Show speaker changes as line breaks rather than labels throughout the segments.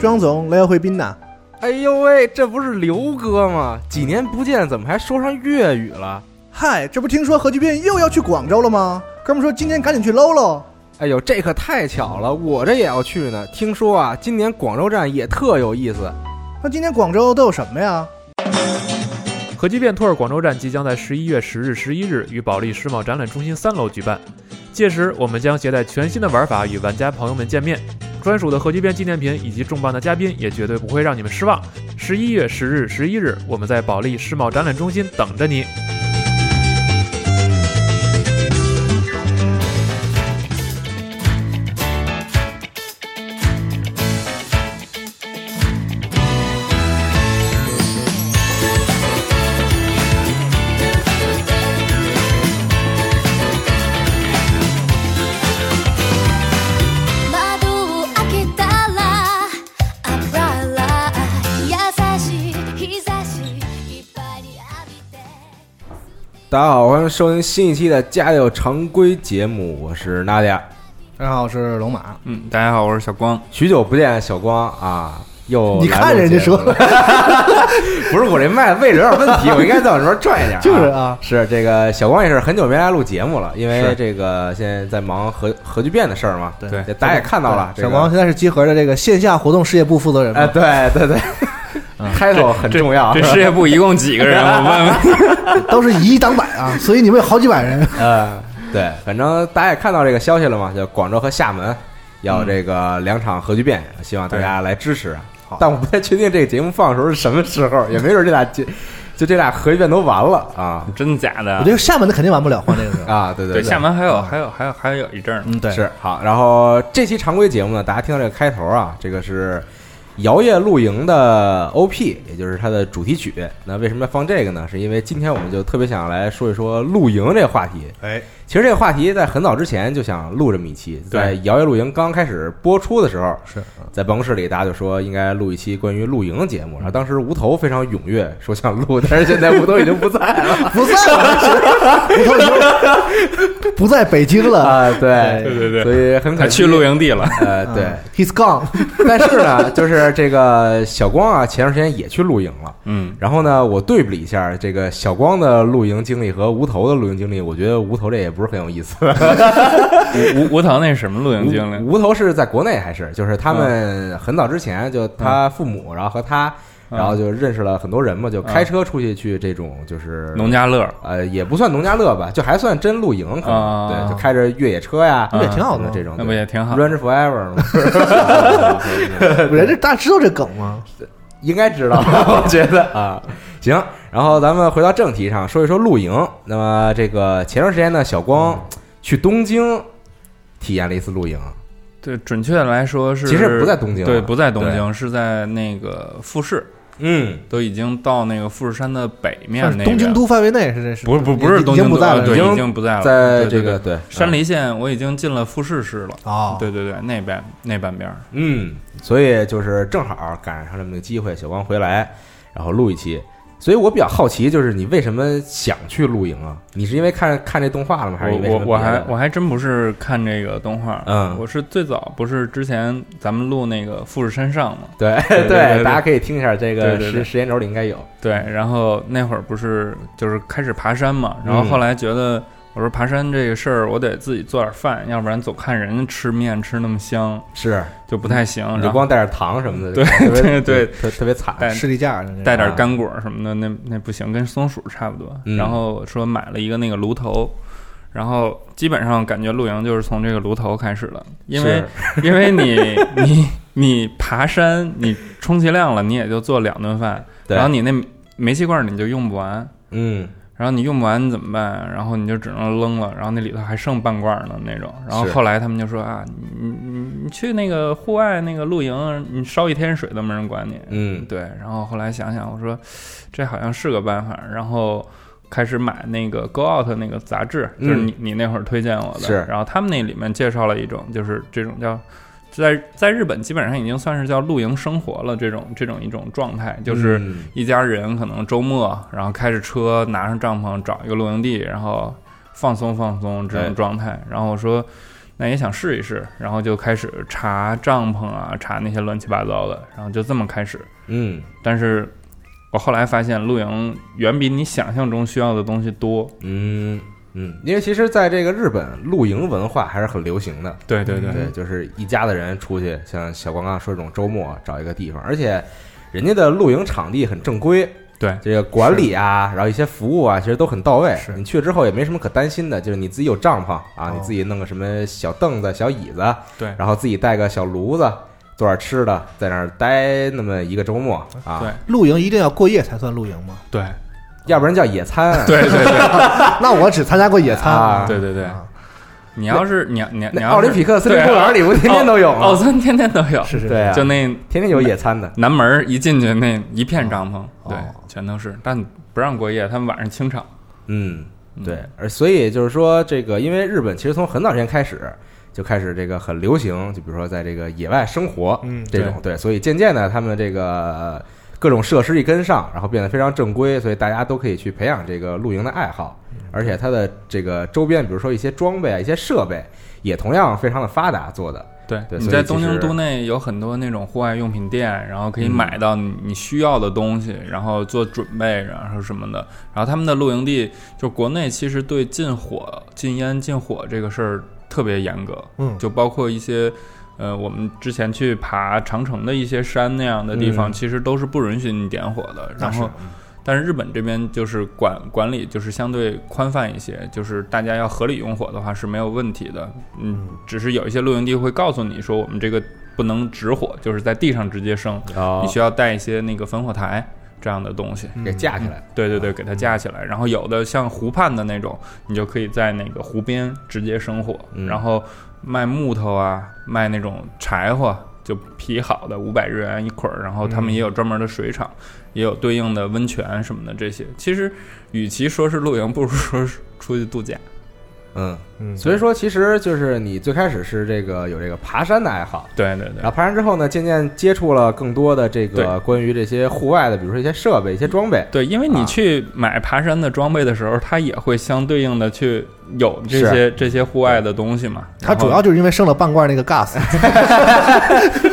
庄总，我要回宾呐。
哎呦喂，这不是刘哥吗？几年不见，怎么还说上粤语了？
嗨，这不听说何其斌又要去广州了吗？哥们说今天赶紧去搂搂。
哎呦，这可太巧了，我这也要去呢。听说啊，今年广州站也特有意思。
那今天广州都有什么呀？
核聚变兔儿广州站即将在十一月十日、十一日于保利世贸展览中心三楼举办，届时我们将携带全新的玩法与玩家朋友们见面。专属的核聚变纪念品以及重磅的嘉宾也绝对不会让你们失望。十一月十日、十一日，我们在保利世贸展览中心等着你。
窓を開けたらアブララ優しい日差しいっぱいに浴びて
大家好，欢迎收听新一期的《家里有常规》节目，我是娜迪亚。
大家好，我是龙马。
嗯，大家好，我是小光。
许久不见，小光啊，又
你看人家说
来录节目了 不是我这麦位置有点问题，我应该在往这边转一点、
就是啊，
是这个小光也是很久没来录节目了，因为
是
这个现在在忙核核聚变的事儿嘛。
对
对
这大家也看到了，这
小
个
王，现在是集合的这个线下活动事业部负责人嘛
哎，对对对， 开头很重要，
这事业部一共几个 人？我问问。
都是以一当百 啊，所以你们有好几百人。
啊
呃，对，反正大家也看到这个消息了嘛，就广州和厦门要这个嗯两场核聚变，希望大家来支持啊。但我不太确定这个节目放的时候是什么时候，也没准这俩节就这俩核聚变都完了啊
真的假
我
的
觉？得厦门的肯定完不了，换这 个时候。
啊！对对
对，嗯
对，
厦门还有还有还有还有一阵儿呢。
嗯，对，
是好。然后这期常规节目呢，大家听到这个开头啊，这个是摇曳露营的 OP，也就是它的主题曲。那为什么要放这个呢？是因为今天我们就特别想来说一说露营这个话题。
哎，
其实这个话题在很早之前就想录这么一期，
对
在《摇曳露营》刚开始播出的时候，
是
在办公室里大家就说应该录一期关于露营的节目，然
嗯
后当时无头非常踊跃说想录，但是现在无头已经不在 了
不在了，是不在不在北京了。
啊，对
对对对
所以很可
他
惜
去露，营 嗯地了。
呃，对。
嗯，He's gone。
但是呢，就是这个小光啊，前段时间也去露营了。
嗯，
然后呢，我对比了一下这个小光的露营经历和无头的露营经历，我觉得无头这也不是很有意思。
吴吴吴涛那是什么露营经历？
无无头是在国内还是就是他们很早之前就他父母，然后和他，
嗯
然后就认识了很多人嘛，就开车出去去这种就是
农。家乐。
呃，也不算农家乐吧，就还算真露营，可能、
啊
对，就开着越野车呀，
那不也
挺好的
的
吗
这种，
那不也挺好
Range Forever 吗？
人家大家知道这梗吗？
应该知 道，我觉得啊，行。然后咱们回到正题上，说一说露营。那么这个前段时间呢，小光去东京体验了一次露营，
对，准确的来说是，
其实不在东京啊
对，不在东
对
京，是在那个富士，
嗯，
都已经到那个富士山的北面
算
那
是
边。
东京都范围内是这是？
不是不是不
已
是
经
东
已经
京都
不在了，
啊对，
已经
已经不在了，
在
对
这
对
个
对
对
山梨县，我已经进了富士市了。
哦，
对对对，那边那半边儿。
嗯，所以就是正好赶上这么个机会，小光回来，然后录一期。所以我比较好奇，就是你为什么想去露营啊？你是因为看看这动画了吗？还是因为
我
什
我
么
我
别的
还我还真不是看这个动画，
嗯
我是最早不是之前咱们录那个富士山上嘛，
对
对对
大家可以听一下这
对
个
对
时
对
时间轴里应该有。
对，然后那会儿不是就是开始爬山嘛，
嗯
然后后来觉得我说爬山这个事儿我得自己做点饭，要不然总看人家吃面吃那么香
是，
就不太行，
嗯你就
然后
光带点糖什么的，
对
特别
对对
特特别惨。
带
士力架那
带
个
点干果什么的，那那不行，跟松鼠差不多。
啊嗯
然后我说买了一个那个炉头。然后基本上感觉露营就是从这个炉头开始的，因为
是
因为你你你爬山，你充其量了，你也就做两顿饭，
对
然后你那煤气罐儿你就用不完，
嗯，
然后你用不完你怎么办？然后你就只能扔了，然后那里头还剩半罐儿呢那种。然后
是
后来他们就说啊，你你你去那个户外那个露营，你烧一天水都没人管你。
嗯
对。然后后来想想，我说这好像是个办法，然后。开始买那个 Go Out 那个杂志，就是
嗯
你你那会儿推荐我的，
是
然后他们那里面介绍了一种，就是这种叫，在在日本基本上已经算是叫露营生活了，这种这种一种状态，就是
嗯
一家人可能周末，然后开着车，拿
哎
上帐篷，找一个露营地，然后放松放松这种状态。然后我说，那也想试一试，然后就开始查帐篷啊，查那些乱七八糟的，然后就这么开始。
嗯
但是我后来发现，露营远比你想象中需要的东西多。
嗯嗯，因为其实在这个日本露营文化还是很流行的，
对对对
对，就是一家子人出去，像小光刚刚说这种周末找一个地方，而且人家的露营场地很正规，
对
这个管理啊，然后一些服务啊，其实都很到位
是。
你去之后也没什么可担心的，就是你自己有帐篷啊，
哦
你自己弄个什么小凳子、小椅子，
对
然后自己带个小炉子，做点吃的，在那儿待那么一个周末啊，
对
露营一定要过夜才算露营吗？
对
要不然叫野餐。
对对 对
那我只参加过野餐
啊
对对对
啊，
你要是你要你要你
那
要
奥林匹克森林公园里不天天都有
奥
吗？
森天天都有，
是是
对啊，
就那
天天有野餐的。
南门儿一进去那一片帐篷，对
哦，
全都是，但不让过夜，他们晚上清场。
嗯，
嗯
对，而所以就是说，这个因为日本其实从很早之前开始就开始这个很流行，就比如说在这个野外生活，
嗯
这种对，所以渐渐的他们这个各种设施一跟上，然后变得非常正规，所以大家都可以去培养这个露营的爱好，而且它的这个周边，比如说一些装备啊、一些设备，也同样非常的发达做的。
对，
对
你
所以
在
其
东京
实
都内有很多那种户外用品店，然后可以
嗯
买到你你需要的东西，然后做准备，然后什么的。然后他们的露营地，就国内其实对禁火、禁烟、禁火这个事儿特别严格，
嗯
就包括一些。呃，我们之前去爬长城的一些山那样的地方，
嗯
其实都是不允许你点火的。
那
然
是
后，但是日本这边就是管管理就是相对宽泛一些，就是大家要合理用火的话是没有问题的。嗯，只是有一些露营地会告诉你说，我们这个不能直火，就是在地上直接生，
哦嗯
你需要带一些那个烽火台这样的东西。
给架起来，
对对对，给它架起来。然后有的像湖畔的那种，你就可以在那个湖边直接生火，
嗯
然后卖木头啊，卖那种柴火，就劈好的五百日元一捆儿。然后他们也有专门的水厂，也有对应的温泉什么的这些。其实，与其说是露营，不如说是出去度假。
嗯，
嗯，
所以说其实就是你最开始是这个有这个爬山的爱好，
对对对
然后爬山之后呢，渐渐接触了更多的这个
对
关于这些户外的，比如说一些设备、一些装备，
对，因为
啊
你去买爬山的装备的时候，它也会相对应的去有这
是
些这些户外的东西嘛。
他
然后
主要就是因为剩了半罐那个 gas，。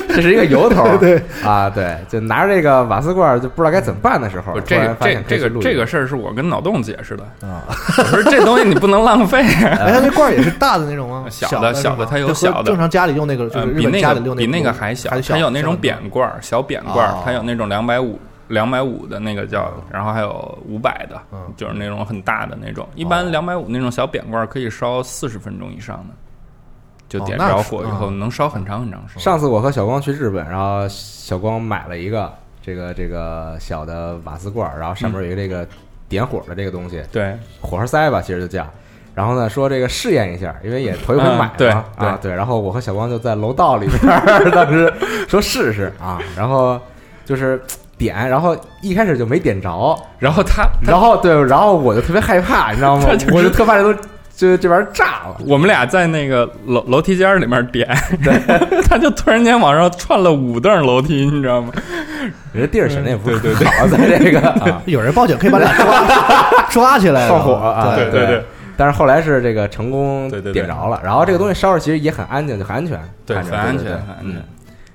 这是一个由头
对，
啊，对，就拿着这个瓦斯罐就不知道该怎么办的时候，
不，
突然
嗯这
发
这
现可以
这
去
个
露营
这个事儿是我跟脑洞解释的
啊。
我说这东西你不能浪费，啊
哎，他那罐儿也是大的那种吗？
小的
的，
小的
它
它有小的
正常家里用那个，就是
嗯
日
比
本
那
家
个
里用
比那个
个
还小，
还
它有那种扁
小
罐儿、小扁罐儿
哦，
它有那种两百五。两百五的那个叫，然后还有五百的
嗯，
就是那种很大的那种。一般两百五那种小扁罐儿可以烧四十分钟以上的，就
哦
点
那
着
是
火以后
嗯
能烧很长很长时间。
上次我和小光去日本，然后小光买了一个这个这个小的瓦斯罐，然后上面有一个这个点火的这个东西，
对，
火花塞吧，其实就叫。然后呢，说这个试验一下，因为也头一回买嘛，
嗯对
啊对。然后我和小光就在楼道里边儿，当时说试试啊，然后就是点，然后一开始就没点着，
然后它它
然后 对，然后我就特别害怕，你知道吗
他就？是
我就特怕这都这这玩意儿炸了。
我们俩在那个楼楼梯间儿里面点， 他就突然间往上窜了五段楼梯，你知道吗？
人家地儿神也
嗯
不是对对好，在 这个啊
有人报警可以把俩抓抓起来了，
放火啊，
对
对对对
但是后来是这个成功
对对对
点
啊
着了，然后这个东西烧着其实也很安静，就很安全，
对
看着
很安全
对对对
很安全
嗯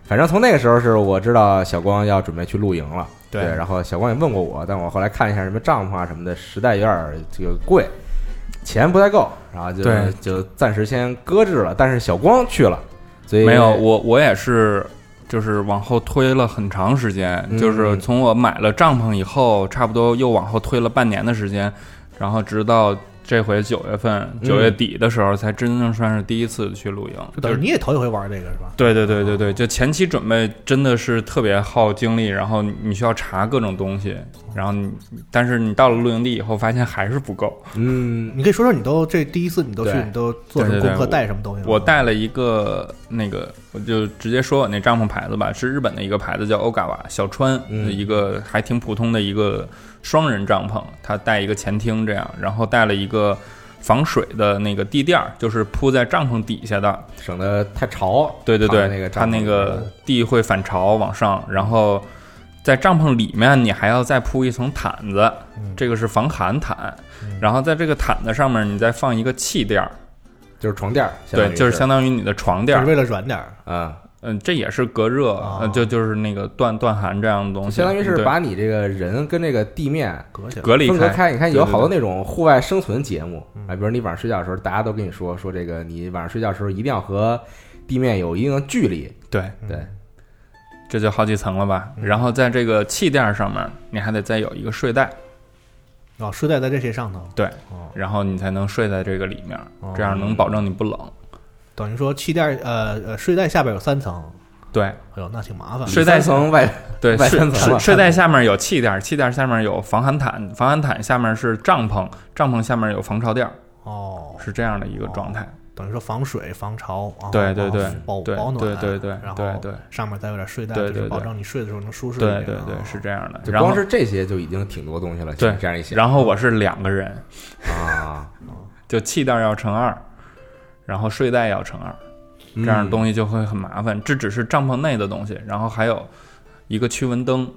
反正从那个时候是我知道小光要准备去露营了，
对
然后小光也问过我，但我后来看一下什么帐篷啊什么的，实在有点这个贵，钱不太够，然后就
对
就暂时先搁置了。但是小光去了，所以
没有，我我也是，就是往后推了很长时间，
嗯
就是从我买了帐篷以后，差不多又往后推了半年的时间，然后直到这回九月份九
嗯
月底的时候，才真正算是第一次去露营，
就
就
等于
是。
你也头一回玩这个是吧？
对对对对对，就前期准备真的是特别耗精力，然后你需要查各种东西，然后你，但是你到了露营地以后，发现还是不够。
嗯，
你可以说说你都这第一次你都去
对
你都做什么
对对对
功课
我
带什么东西吗？
我带了一个那个，我就直接说我那帐篷牌子吧，是日本的一个牌子叫欧嘎瓦小川
嗯
的一个还挺普通的一个双人帐篷，它带一个前厅这样，然后带了一个防水的那个地垫儿，就是铺在帐篷底下的。
省得太潮。
对对
躺
对，
在那个
它
帐篷
那
里
个地会反潮往上，然后在帐篷里面你还要再铺一层毯子，
嗯
这个是防寒毯，然后在这个毯子上面你再放一个气垫儿。
就是床垫儿，相当于
对，就是相当于你的床垫
就是
儿，
为了软点儿，
嗯，
嗯，这也是隔热，
哦
呃就就是那个断断寒这样的东西，
相当于是
对
把你这个人跟这个地面
隔起来。
隔离
分隔
开。
开。你看
对
有
对
好多
对
那种户外生存节目
嗯
啊，比如你晚上睡觉的时候，大家都跟你说说这个，你晚上睡觉的时候一定要和地面有一定的距离。
对，
对，
这就好几层了吧？然后在这个气垫上面，你还得再有一个睡袋，
哦，睡袋在这些上头，
对
哦，
然后你才能睡在这个里面
哦，
这样能保证你不冷。
等于说气垫儿呃呃睡袋下边有三层，
对
哎呦，那挺麻烦。
睡袋
里三层外
对，
外
睡
三层
睡
了
睡袋下面有气垫，气垫下面有防寒毯，防寒毯下面是帐篷，帐篷下面有防潮垫，
哦，
是这样的一个状态。
等于说防水、防潮，啊
对对
保
对
保
对
保暖，
对对对
然
对
后
对
上面再有点睡袋，
对
就是
对
保
对
证你睡的时候能舒适一
对
点。
对对
啊，
是这样的。
就
然后
光是这些就已经挺多东西了。
对
这样一想
然后我是两个人，
啊，
就气垫要乘二，然后睡袋要乘二，这样
嗯
东西就会很麻烦。这只是帐篷内的东西，然后还有一个驱蚊灯，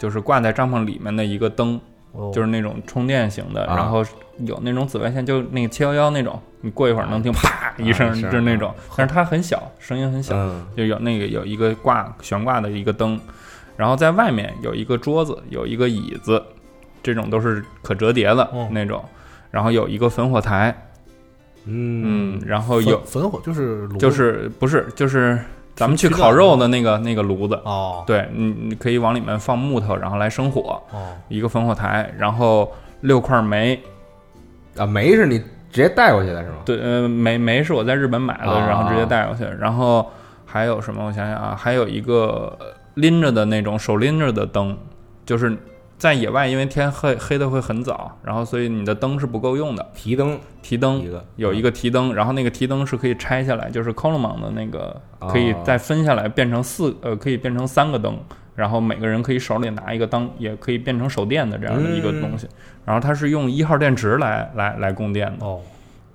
就是挂在帐篷里面的一个灯，
哦
就是那种充电型的，
啊
然后有那种紫外线，就那个七幺幺那种，你过一会儿能听啪一声，
一声
就是那种，但是它很小，声音很小，
嗯
就有那个有一个挂悬挂的一个灯，然后在外面有一个桌子，有一个椅子，这种都是可折叠的
哦
那种，然后有一个焚火台，
嗯
嗯，然后有
焚焚火就是炉
就是不是就是咱们去
去
烤
干
肉的那个那个炉子，
哦
对你你可以往里面放木头，然后来生火，
哦
一个烽火台，然后六块煤，
啊，煤是你直接带过去的是吗？
对，呃，煤煤是我在日本买的，
啊
然后直接带过去，然后还有什么？我想想啊，还有一个呃拎着的那种手拎着的灯，就是在野外，因为天黑黑的会很早，然后所以你的灯是不够用的，
提灯
提灯
一个
嗯有一个提灯，然后那个提灯是可以拆下来，就是 Coleman 的那个，
哦
可以再分下来变成四呃，可以变成三个灯，然后每个人可以手里拿一个灯，也可以变成手电的这样的一个东
嗯
西。然后它是用一号电池来来来供电的，
哦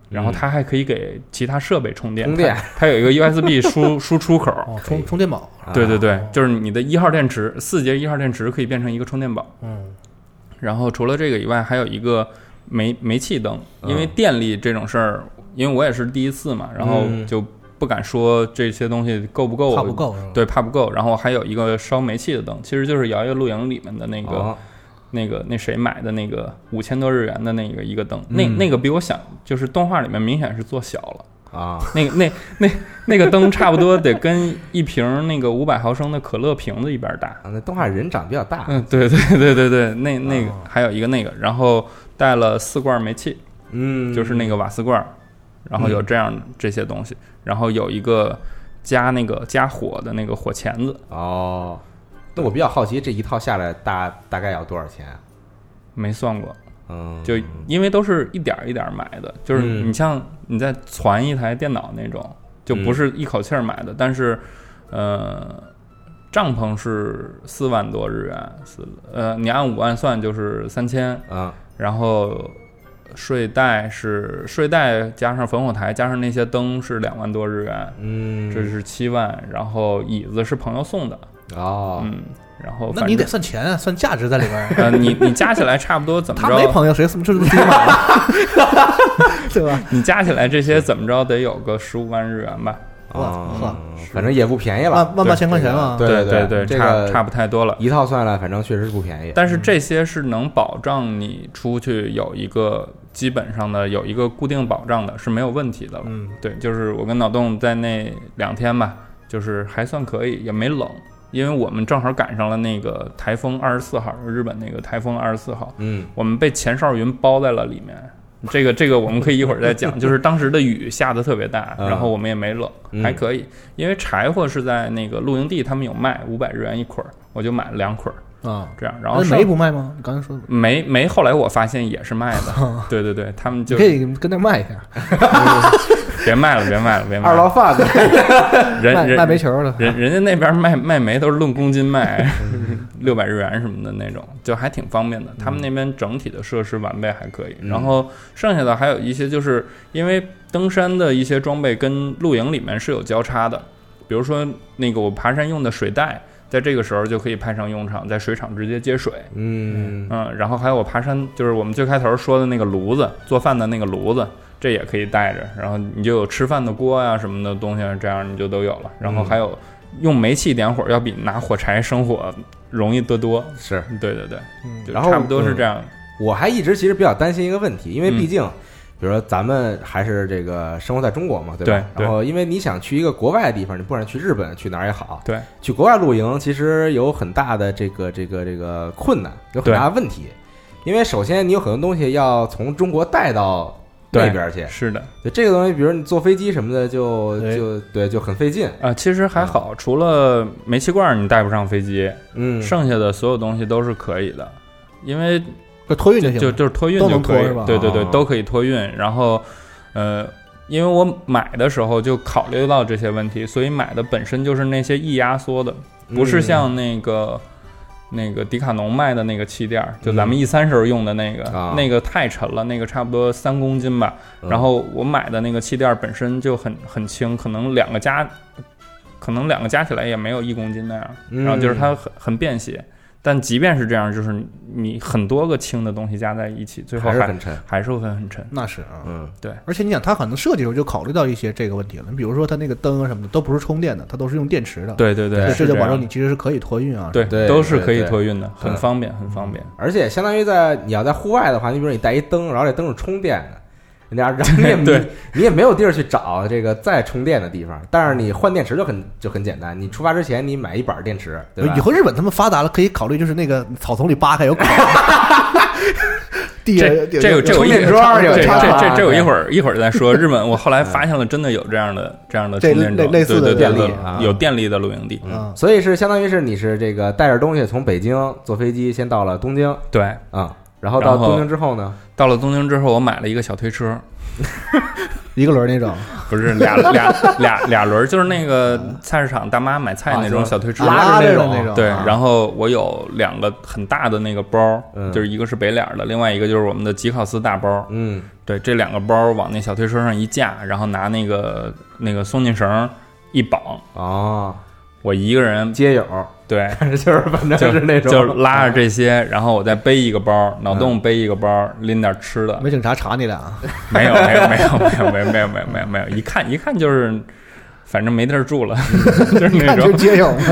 然后它还可以给其他设备充电，
充电
它它有一个 USB 输输 出口。
哦，充充电宝，
啊
对对对，就是你的一号电池，四节一号电池可以变成一个充电宝。
嗯
然后除了这个以外，还有一个煤煤气灯，
嗯
因为电力这种事儿，因为我也是第一次嘛，然后
嗯
就不敢说这些东西够不够，
怕不，够是吧？
哦对，怕不够。然后还有一个烧煤气的灯，其实就是《摇曳露营》里面的那个、
哦
那个那谁买的那个五千多日元的那个一个灯，那那个比我想就是动画里面明显是做小了。
啊，
那个那那那个灯差不多得跟一瓶那个五百毫升的可乐瓶子一边大，
啊那动画人长得比较大，
嗯，对对对对对，那那
哦
个、还有一个那个，然后带了四罐煤气，
嗯，
就是那个瓦斯罐儿，然后有这样这些东西，然后有一个加那个加火的那个火钳子，
哦。那我比较好奇，这一套下来大大概要多少钱啊？
没算过，
嗯，
就因为都是一点儿一点儿买的，就是
嗯
你像你在攒一台电脑那种，就不
嗯
是一口气儿买的，但是呃，帐篷是四万多日元，四呃，你按五万算就是三千，
嗯
然后睡袋是睡袋加上烽火台加上那些灯是两万多日元，
嗯，
这是七万，然后椅子是朋友送的，
哦，
嗯，然后
啊那你得
反
算钱啊，算价值在里边 儿。
正。呃，你你加起来差不多怎么
他没
着？
朋友，谁这么这么低买了？ 对吧？
你加起来这些怎么着得有个十五万日元 吧？
哇呵
嗯反正也不便宜了，
万万八千块钱啊嘛。
对
哦对
对这
差
个
差不太多
嗯
了。
一套算来，反正确实是不便宜。
但是这些是能保障你出去有一个基本上的有一个固定保障的，是没有问题的了。
嗯，
对，就是我跟脑洞在那两天吧，就是还算可以，也没冷，因为我们正好赶上了那个台风二十四号，日本那个台风二十四号，
嗯，
我们被前哨云包在了里面。这个这个我们可以一会儿再讲，就是当时的雨下的特别大，
嗯
然后我们也没冷，
嗯
还可以。因为柴火是在那个露营地，他们有卖五百日元一捆儿，我就买了两捆儿
啊，
这样。然后
那
剩
煤不卖吗？你刚才说的，
煤煤后来我发现也是卖的， 对对对，他们
你
就
可以跟那儿卖一下，
别卖了，别卖了，别卖
二
了
道，贩子，
人
卖
人
卖煤球的。
人人家那边卖卖煤都是论公斤卖， 六百日元什么的那种，就还挺方便的。他们那边整体的设施完备还可以，
嗯
然后剩下的还有一些，就是因为登山的一些装备跟露营里面是有交叉的，比如说那个我爬山用的水袋，在这个时候就可以派上用场，在水厂直接接水。
嗯
嗯，然后还有我爬山，就是我们最开头说的那个炉子，做饭的那个炉子，这也可以带着。然后你就有吃饭的锅呀、什么的东西，啊这样你就都有了。然
嗯
后还有用煤气点火，要比拿火柴生火容易得多。
是，
对对对，就
嗯然后
差不多是这样。
我还一直其实比较担心一个问题，因为
嗯
毕竟，比如说咱们还是这个生活在中国嘛，对吧？
对对
然后，因为你想去一个国外的地方，你不管去日本去哪儿也好，
对，
去国外露营其实有很大的这个这个这个困难，有很
对
大的问题，因为首先你有很多东西要从中国带到那
对
边去，
是的，
就这个东西，比如你坐飞机什么的，就
对
就对就很费劲，
啊，其实还好，除了煤气罐儿你带不上飞机，
嗯，
剩下的所有东西都是可以的，因为
就托运就行
就
了。
就是托运
都
就
能
可以
托是吧，
对对对
哦，
都可以托运。然后，呃，因为我买的时候就考虑到这些问题，所以买的本身就是那些易压缩的，
嗯
不是像那个。那个迪卡侬卖的那个气垫儿，就咱
嗯
们 E 三时候用的那个，
啊
那个太沉了，那个差不多三公斤吧。
嗯
然后我买的那个气垫儿本身就很很轻，可能两个加，可能两个加起来也没有一公斤那样。
嗯
然后就是它很很便携，但即便是这样，就是你很多个轻的东西加在一起，最后
还是
还
很沉，
还是会很沉。
那是啊，
嗯，
而且你想，它可能设计的时候就考虑到一些这个问题了。你比如说，它那个灯啊什么的都不是充电的，它都是用电池的。，
对对对，
所以
是
这就
样
保证你其实是可以托运啊。
对
对
都是
对
可以
对
托运的，很
嗯
方便，很方便。
而且相当于在你要在户外的话，你比如你带一灯，然后这灯是充电的， 然后然后你也
对
你也没有地儿去找这个再充电的地方，但是你换电池就很就很简单，你出发之前你买一板电池，对
呃
吧
以？后日本他们发达了，可以考虑就是那个草丛里扒开有 烤。地下
这
有
这有
有
这有
充
一
电桩
这
有
这
插拔
这这有
啊对
一会儿一会儿再说。日本，我后来发现了，真的有这样的这样的
这
充电
类
桩，
类似
对
的
对对
电力
有
啊
有电力的露营地。
啊，
所以是相当于是你是这个带着东西从北京坐飞机先到了东京
对，
啊、然后到
然后
东京之后呢，
到了东京之后，我买了一个小推车，
一个轮儿那种，
不是俩俩俩俩轮儿，就是那个菜市场大妈买菜那种小推车，
拉着
那
的
种
种。
对，
啊
然后我有两个很大的那个包，
嗯
就是一个是北脸儿的，另外一个就是我们的吉考斯大包。
嗯，
对，这两个包往那小推车上一架，然后拿那个那个松紧绳一绑，
哦，
我一个人
街友，，
对
就是反正就是那种，
就拉着这些，然后我再背一个包，脑洞背一个包，拎点吃的。
没警察查你俩啊，
没有，没有，没有，没有，没有，没有，没有，没有，没有，一看一看就是，反正没地儿住了， 就是那
看就
种
是街友嘛。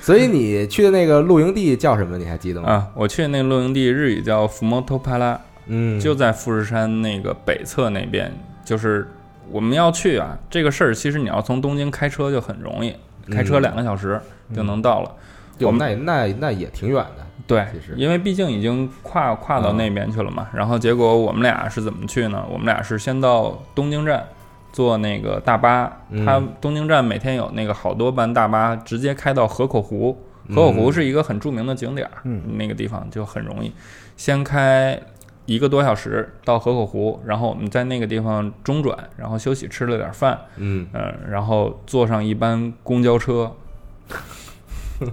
所以你去的那个露营地叫什么？你还记得吗？
啊。我去那露营地，日语叫福摩托帕拉。
嗯，
就在富士山那个北侧那边，就是我们要去啊。这个事儿其实你要从东京开车就很容易，开车
嗯
两个小时就能到了。
哟
我们
那那那也挺远的，
对
其实，嗯
因为毕竟已经跨跨到那边去了嘛。然后结果我们俩是怎么去呢？我们俩是先到东京站坐那个大巴，
嗯
它东京站每天有那个好多班大巴，直接开到河口湖。
嗯
河口湖是一个很著名的景点儿，
嗯
那个地方就很容易，先开一个多小时到河口湖，然后我们在那个地方中转，然后休息吃了点饭，
嗯，
嗯、然后坐上一班公交 车，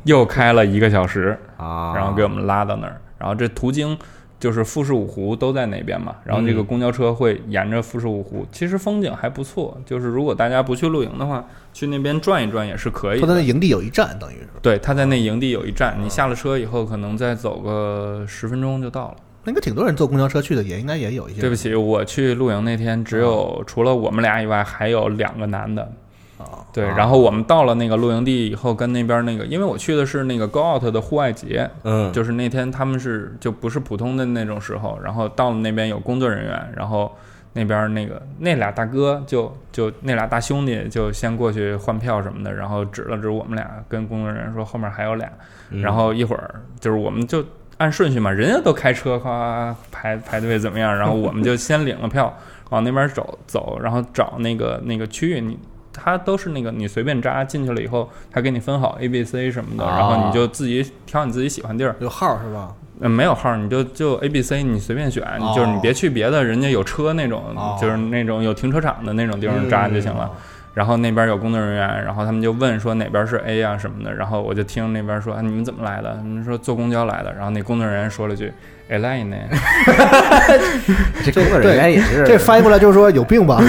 又开了一个小时，
啊，
然后给我们拉到那儿，然后这途经。就是富士五湖都在那边嘛，然后这个
嗯
公交车会沿着富士五湖，其实风景还不错。就是如果大家不去露营的话，去那边转一转也是可以
他
的。
在那营地有一站，等于是
对，他在那营地有一站，
嗯
你下了车以后，可能再走个十分钟就到了。
那应该挺多人坐公交车去的，也应该也有一些。
对不起，我去露营那天，只
啊
有除了我们俩以外，还有两个男的。
啊，
对，
啊
然后我们到了那个露营地以后，跟那边那个，因为我去的是那个 Go Out 的户外节，
嗯，
就是那天他们是就不是普通的那种时候，然后到了那边有工作人员，然后那边那个那俩大哥就就那俩大兄弟就先过去换票什么的，然后指了指我们俩，跟工作人员说后面还有俩，
嗯
然后一会儿就是我们就按顺序嘛，人家都开车夸排排队怎么样，然后我们就先领 了票往那边走走，然后找那个那个区域你。它都是那个你随便扎进去了以后，它给你分好 A、B、C 什么的，然后
啊
你就自己挑你自己喜欢地儿，
有号是吧？
嗯，没有号儿，你就就 A、B、C，你随便选，
哦
就是你别去别的，人家有车那种，
哦嗯
就是那种有停车场的那种地方扎就行了。然后那边有工作人员，然后他们就问说哪边是 A 啊什么的，然后我就听那边说、啊、你们怎么来的？你们说坐公交来的。然后那工作人员说了句 “A line 呢。
这工作人员也是啊
这翻译过来就是说有病吧？”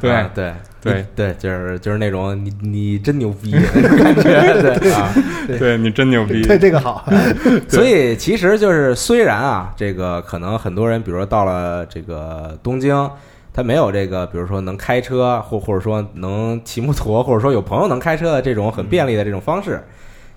对
啊对
对
对，就是就是那种你你真牛 逼的那种感觉，对啊。
对你真牛逼，
对这个好，
所以其实就是虽然啊，这个可能很多人，比如说到了这个东京。他没有这个，比如说能开车，或或者说能骑摩托，或者说有朋友能开车的这种很便利的这种方
嗯
式。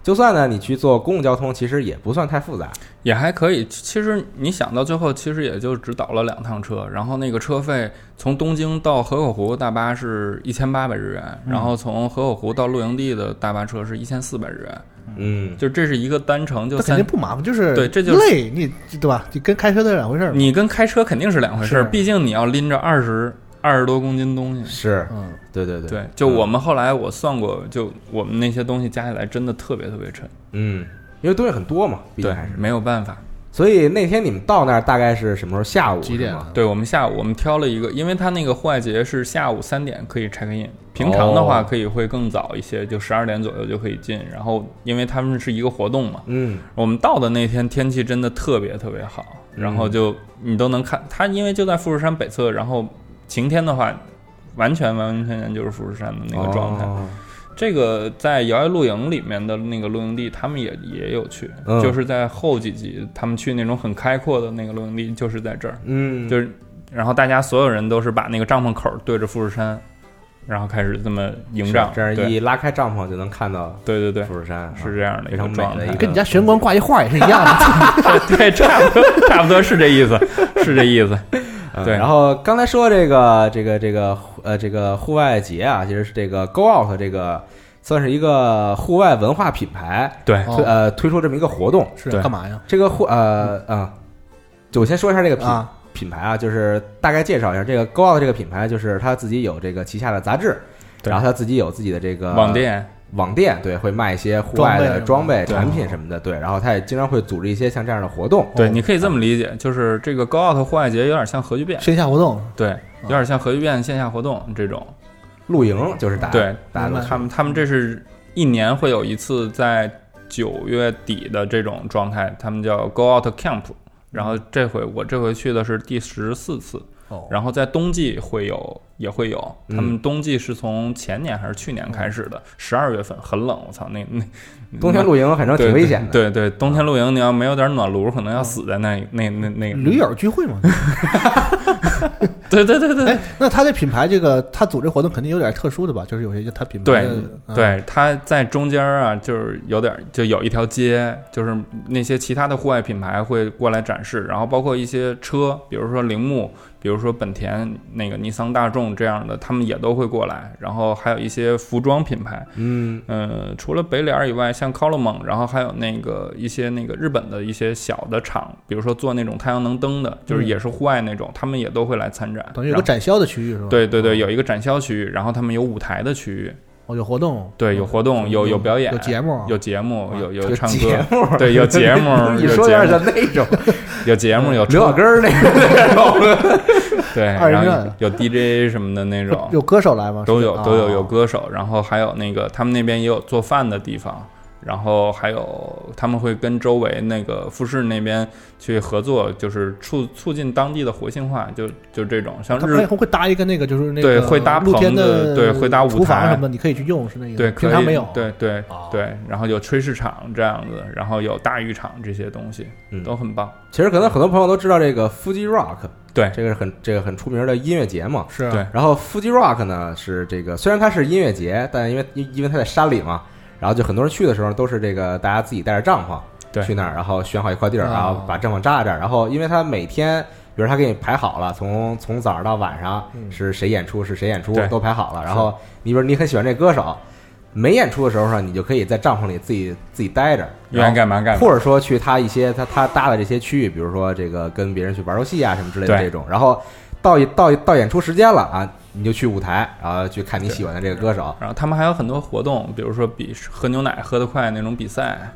就算呢，你去坐公共交通，其实也不算太复杂。
也还可以。其实你想到最后，其实也就只倒了两趟车，然后那个车费从东京到河口湖大巴是一千八百日元，然
嗯
后从河口湖到露营地的大巴车是一千四百日元，
嗯，
就这是一个单程就
他肯定
三。
不麻烦，就是
对这就是
累，你对吧？你跟开车的两回事儿。
你跟开车肯定是两回事儿，
是
毕竟你要拎着二十二十多公斤东西。
是，
嗯，
对对对
对，就我们后来我算过，就我们那些东西加起来真的特别特别沉。
嗯，因为东西很多嘛，毕竟
对
还，是。
没有办法。
所以那天你们到那儿大概是什么时候？下午
几点
是吗
啊
对我们下午我们挑了一个，因为他那个户外节是下午三点可以 check in，平常的话
哦
可以会更早一些，就十二点左右就可以进。然后因为他们是一个活动嘛，
嗯，
我们到的那天天气真的特别特别好，然后就你都能看它，因为就在富士山北侧，然后晴天的话，完全完完全全就是富士山的那个状态。
哦
这个在摇曳露营里面的那个露营地，他们也也有去，
嗯
就是在后几集他们去那种很开阔的那个露营地，就是在这儿。
嗯，
就是，然后大家所有人都是把那个帐篷口儿对着富士山，然后开始这么营帐，
啊这样
对
一拉开帐篷就能看到
对对对，
富士山，
是这样的
非
一个
常美
状
的
态
一，个
跟你家玄关挂一画也是一样的。
对，差不多差不多是这意思，是这意思，
嗯
对
然后刚才说这个这个这个呃这个户外节啊，其实是这个 Go Out 这个算是一个户外文化品牌
对，
哦
推呃推出这么一个活动。
是
对
干嘛呀？
这个户呃啊，就我先说一下这个品
啊，
品牌啊，就是大概介绍一下这个 Go Out 这个品牌，就是他自己有这个旗下的杂志，
对
然后他自己有自己的这个
网店，
网店对，会卖一些户外的装
装
备、
备
什么的
产品什么的，对。然后他也经常会组织一些像这样的活动，
哦
对，你可以这么理解，就是这个高 out 户外节有点像核聚变，
线下活动
嗯
对，有点像核聚变线下活动这种，
露营就是打
对，
打
明白
他们他们这是一年会有一次在九月底的这种状态，他们叫 Go Out Camp。然后这回我这回去的是第十四次，
哦
然后在冬季会有也会有，
嗯
他们冬季是从前年还是去年开始的，十二月份很冷，我操，那那
冬天露营，反正挺危险的。啊嗯
对对，对冬天露营你要没有点暖炉，可能要死在那那那那个
驴，友聚会 嘛。
对对对对
哎，那他这品牌这个他组织活动肯定有点特殊的吧？就是有些他品牌
对
的嗯
对，它在中间儿啊，就是有点儿就有一条街，就是那些其他的户外品牌会过来展示，然后包括一些车，比如说铃木，比如说本田、那个尼桑、大众这样的，他们也都会过来。然后还有一些服装品牌，
嗯，
呃，除了北脸儿以外，像 c o l o m o n 然后还有那个一些那个日本的一些小的厂，比如说做那种太阳能灯的，就是也是户外那种，他们也都会来参展。
等于哦有个哦
然后
展销的区域是吧？，
对对对，有一个展销区域，然后他们有舞台的区域，
哦，有活动，
对，有活动，有有表演，
有节目，
有节目，有有
有
唱
节
歌，
目，，
对，有节目
你
有
说有
节
点
目
像那种
有节 目，有
刘老
车，
根儿那个
对，
二人
然后
转
有有 DJ 什么的 那种，
有歌手来吗？
都有
是吧
都有
哦
有歌手，然后还有那个他们那边也有做饭的地方，然后还有他们会跟周围那个富士那边去合作，就是促促进当地的活性化，就就这种像
他
日
们会搭一个那个，就是那
对
个
会搭
露天
棚子
的，
对会搭舞
厨房
台
什么的，你可以去用，是那个
对，可
平
以
常没有。，
对对
哦
对，然后有炊事场这样子，然后有大浴场这些东西
嗯
都很棒。
其实可能很多朋友都知道这个 Fuji Rock，
对
这个是很这个很出名的音乐节嘛。
是啊
对
然后 Fuji Rock 呢是这个，虽然它是音乐节，但因为因因为它在山里嘛，然后就很多人去的时候都是这个大家自己带着帐篷
对
去那儿，然后选好一块地儿，
哦
然后把帐篷扎在这儿，然后因为它每天。比如他给你排好了，从从早上到晚上
嗯
是谁演出是谁演出
对
都排好了。然后你比如你很喜欢这歌手，没演出的时候呢，你就可以在帐篷里自己自己待着，
愿
然
意
后
干嘛干嘛。
或者说去他一些他他搭的这些区域，比如说这个跟别人去玩游戏啊什么之类的
对
这种，然后到一到一到演出时间了啊，你就去舞台，然后去看你喜欢的这个歌手。
然后他们还有很多活动，比如说比喝牛奶喝得快那种比赛，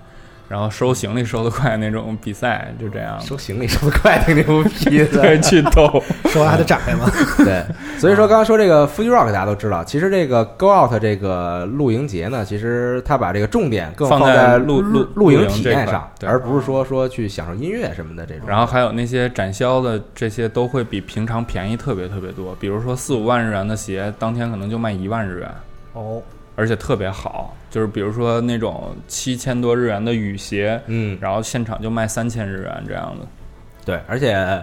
然后收行李收得快那种比赛，就这样。
收行李收的快，挺牛逼 的。
对，去兜。
手还得窄嘛。
对，所以说刚刚说这个 Fuji Rock 大家都知道，其实这个 Go Out 这个露营节呢，其实它把这个重点更
放在
在
露
露
露露
营
营
体
这
验
块
上，
对
而不是说说去享受音乐什么的这种。
然后还有那些展销的这些都会比平常便宜特别特别多，比如说四五万日元的鞋，当天可能就卖一万日元，
哦，
而且特别好。就是比如说那种七千多日元的雨鞋，
嗯，
然后现场就卖三千日元这样的。
对，而且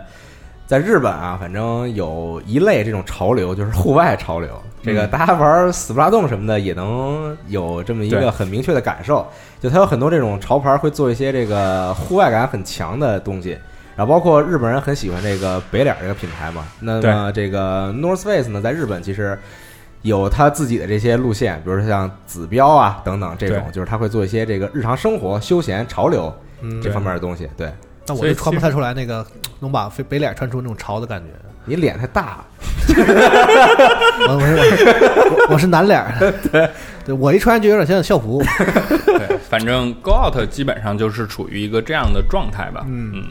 在日本啊，反正有一类这种潮流，就是户外潮流。这
嗯
个大家玩死不拉动什么的，也能有这么一
对
个很明确的感受。就它有很多这种潮牌会做一些这个户外感很强的东西。然后包括日本人很喜欢这个北脸这个品牌嘛，那么这个 North Face 呢，在日本其实有它自己的这些路线，比如说像紫标啊等等这种，
对
就是它会做一些这个日常生活、休闲、潮流
嗯
这方面的东西。对
那我
所以
就穿不
其实
太出来那个能把非北脸穿出那种潮的感觉。
你脸太大了。
我我是我是我我是南脸儿， 对，我一穿就有点像校服。
对， 反正 Go Out 基本上就是处于一个这样的状态吧。
嗯
嗯，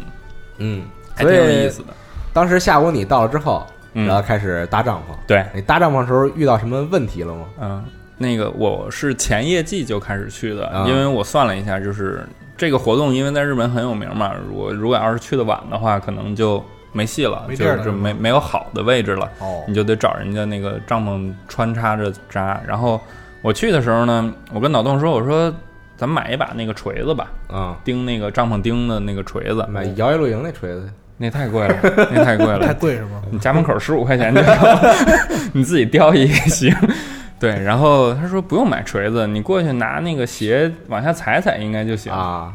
嗯，
还
所
挺有意
以
思的。
当时下午你到了之后，
嗯
然后开始搭帐篷。
对，
你搭帐篷的时候遇到什么问题了吗？
嗯，那个我是前业绩就开始去的，
啊
因为我算了一下，就是这个活动，因为在日本很有名嘛，我如果要是去的晚的话，可能就没戏了，
没地
就
儿
是
了
就是
吗
没没有好的位置了，
哦
你就得找人家那个帐篷穿插着扎。然后我去的时候呢，我跟脑洞说，我说咱买一把那个锤子吧，
啊、
钉那个帐篷钉的那个锤子，
买摇曳露营那锤子，
那太贵了，那太贵了，
太贵是吗？
你家门口十五块钱就够， 你自己叼一也行。对，然后他说不用买锤子，你过去拿那个鞋往下踩踩应该就行。
啊，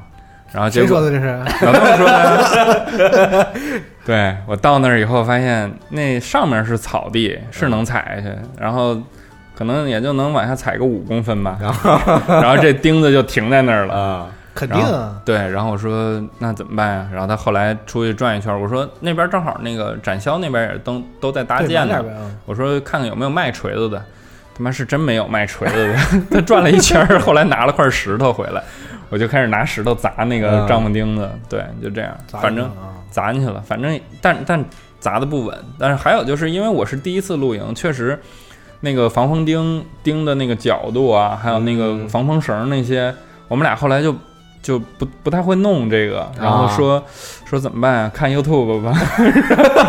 然后结
谁说
果
的这是？
老邓说的， 对我到那儿以后发现那上面是草地，是能踩下去，然后可能也就能往下踩个五公分吧， 然后这钉子就停在那儿了。
啊，
肯定
然后
啊，
对，然后我说那怎么办呀、然后他后来出去转一圈，我说那边正好那个展销那边也都都在搭
对，南
建
脸儿，
呢
呗啊。
我说看看有没有卖锤子的，他妈是真没有卖锤子的。 他转了一圈儿，后来拿了块石头回来，我就开始拿石头砸那个
嗯
帐篷钉子。对，就这样，
咋
反正
弄啊
砸进去了，反正但但砸的不稳。但是还有就是因为我是第一次露营，确实那个防风钉钉的那个角度啊，还有那个
嗯
防风绳那些，我们俩后来就。就不不太会弄这个，然
啊
后说、说怎么办啊？看 YouTube 吧，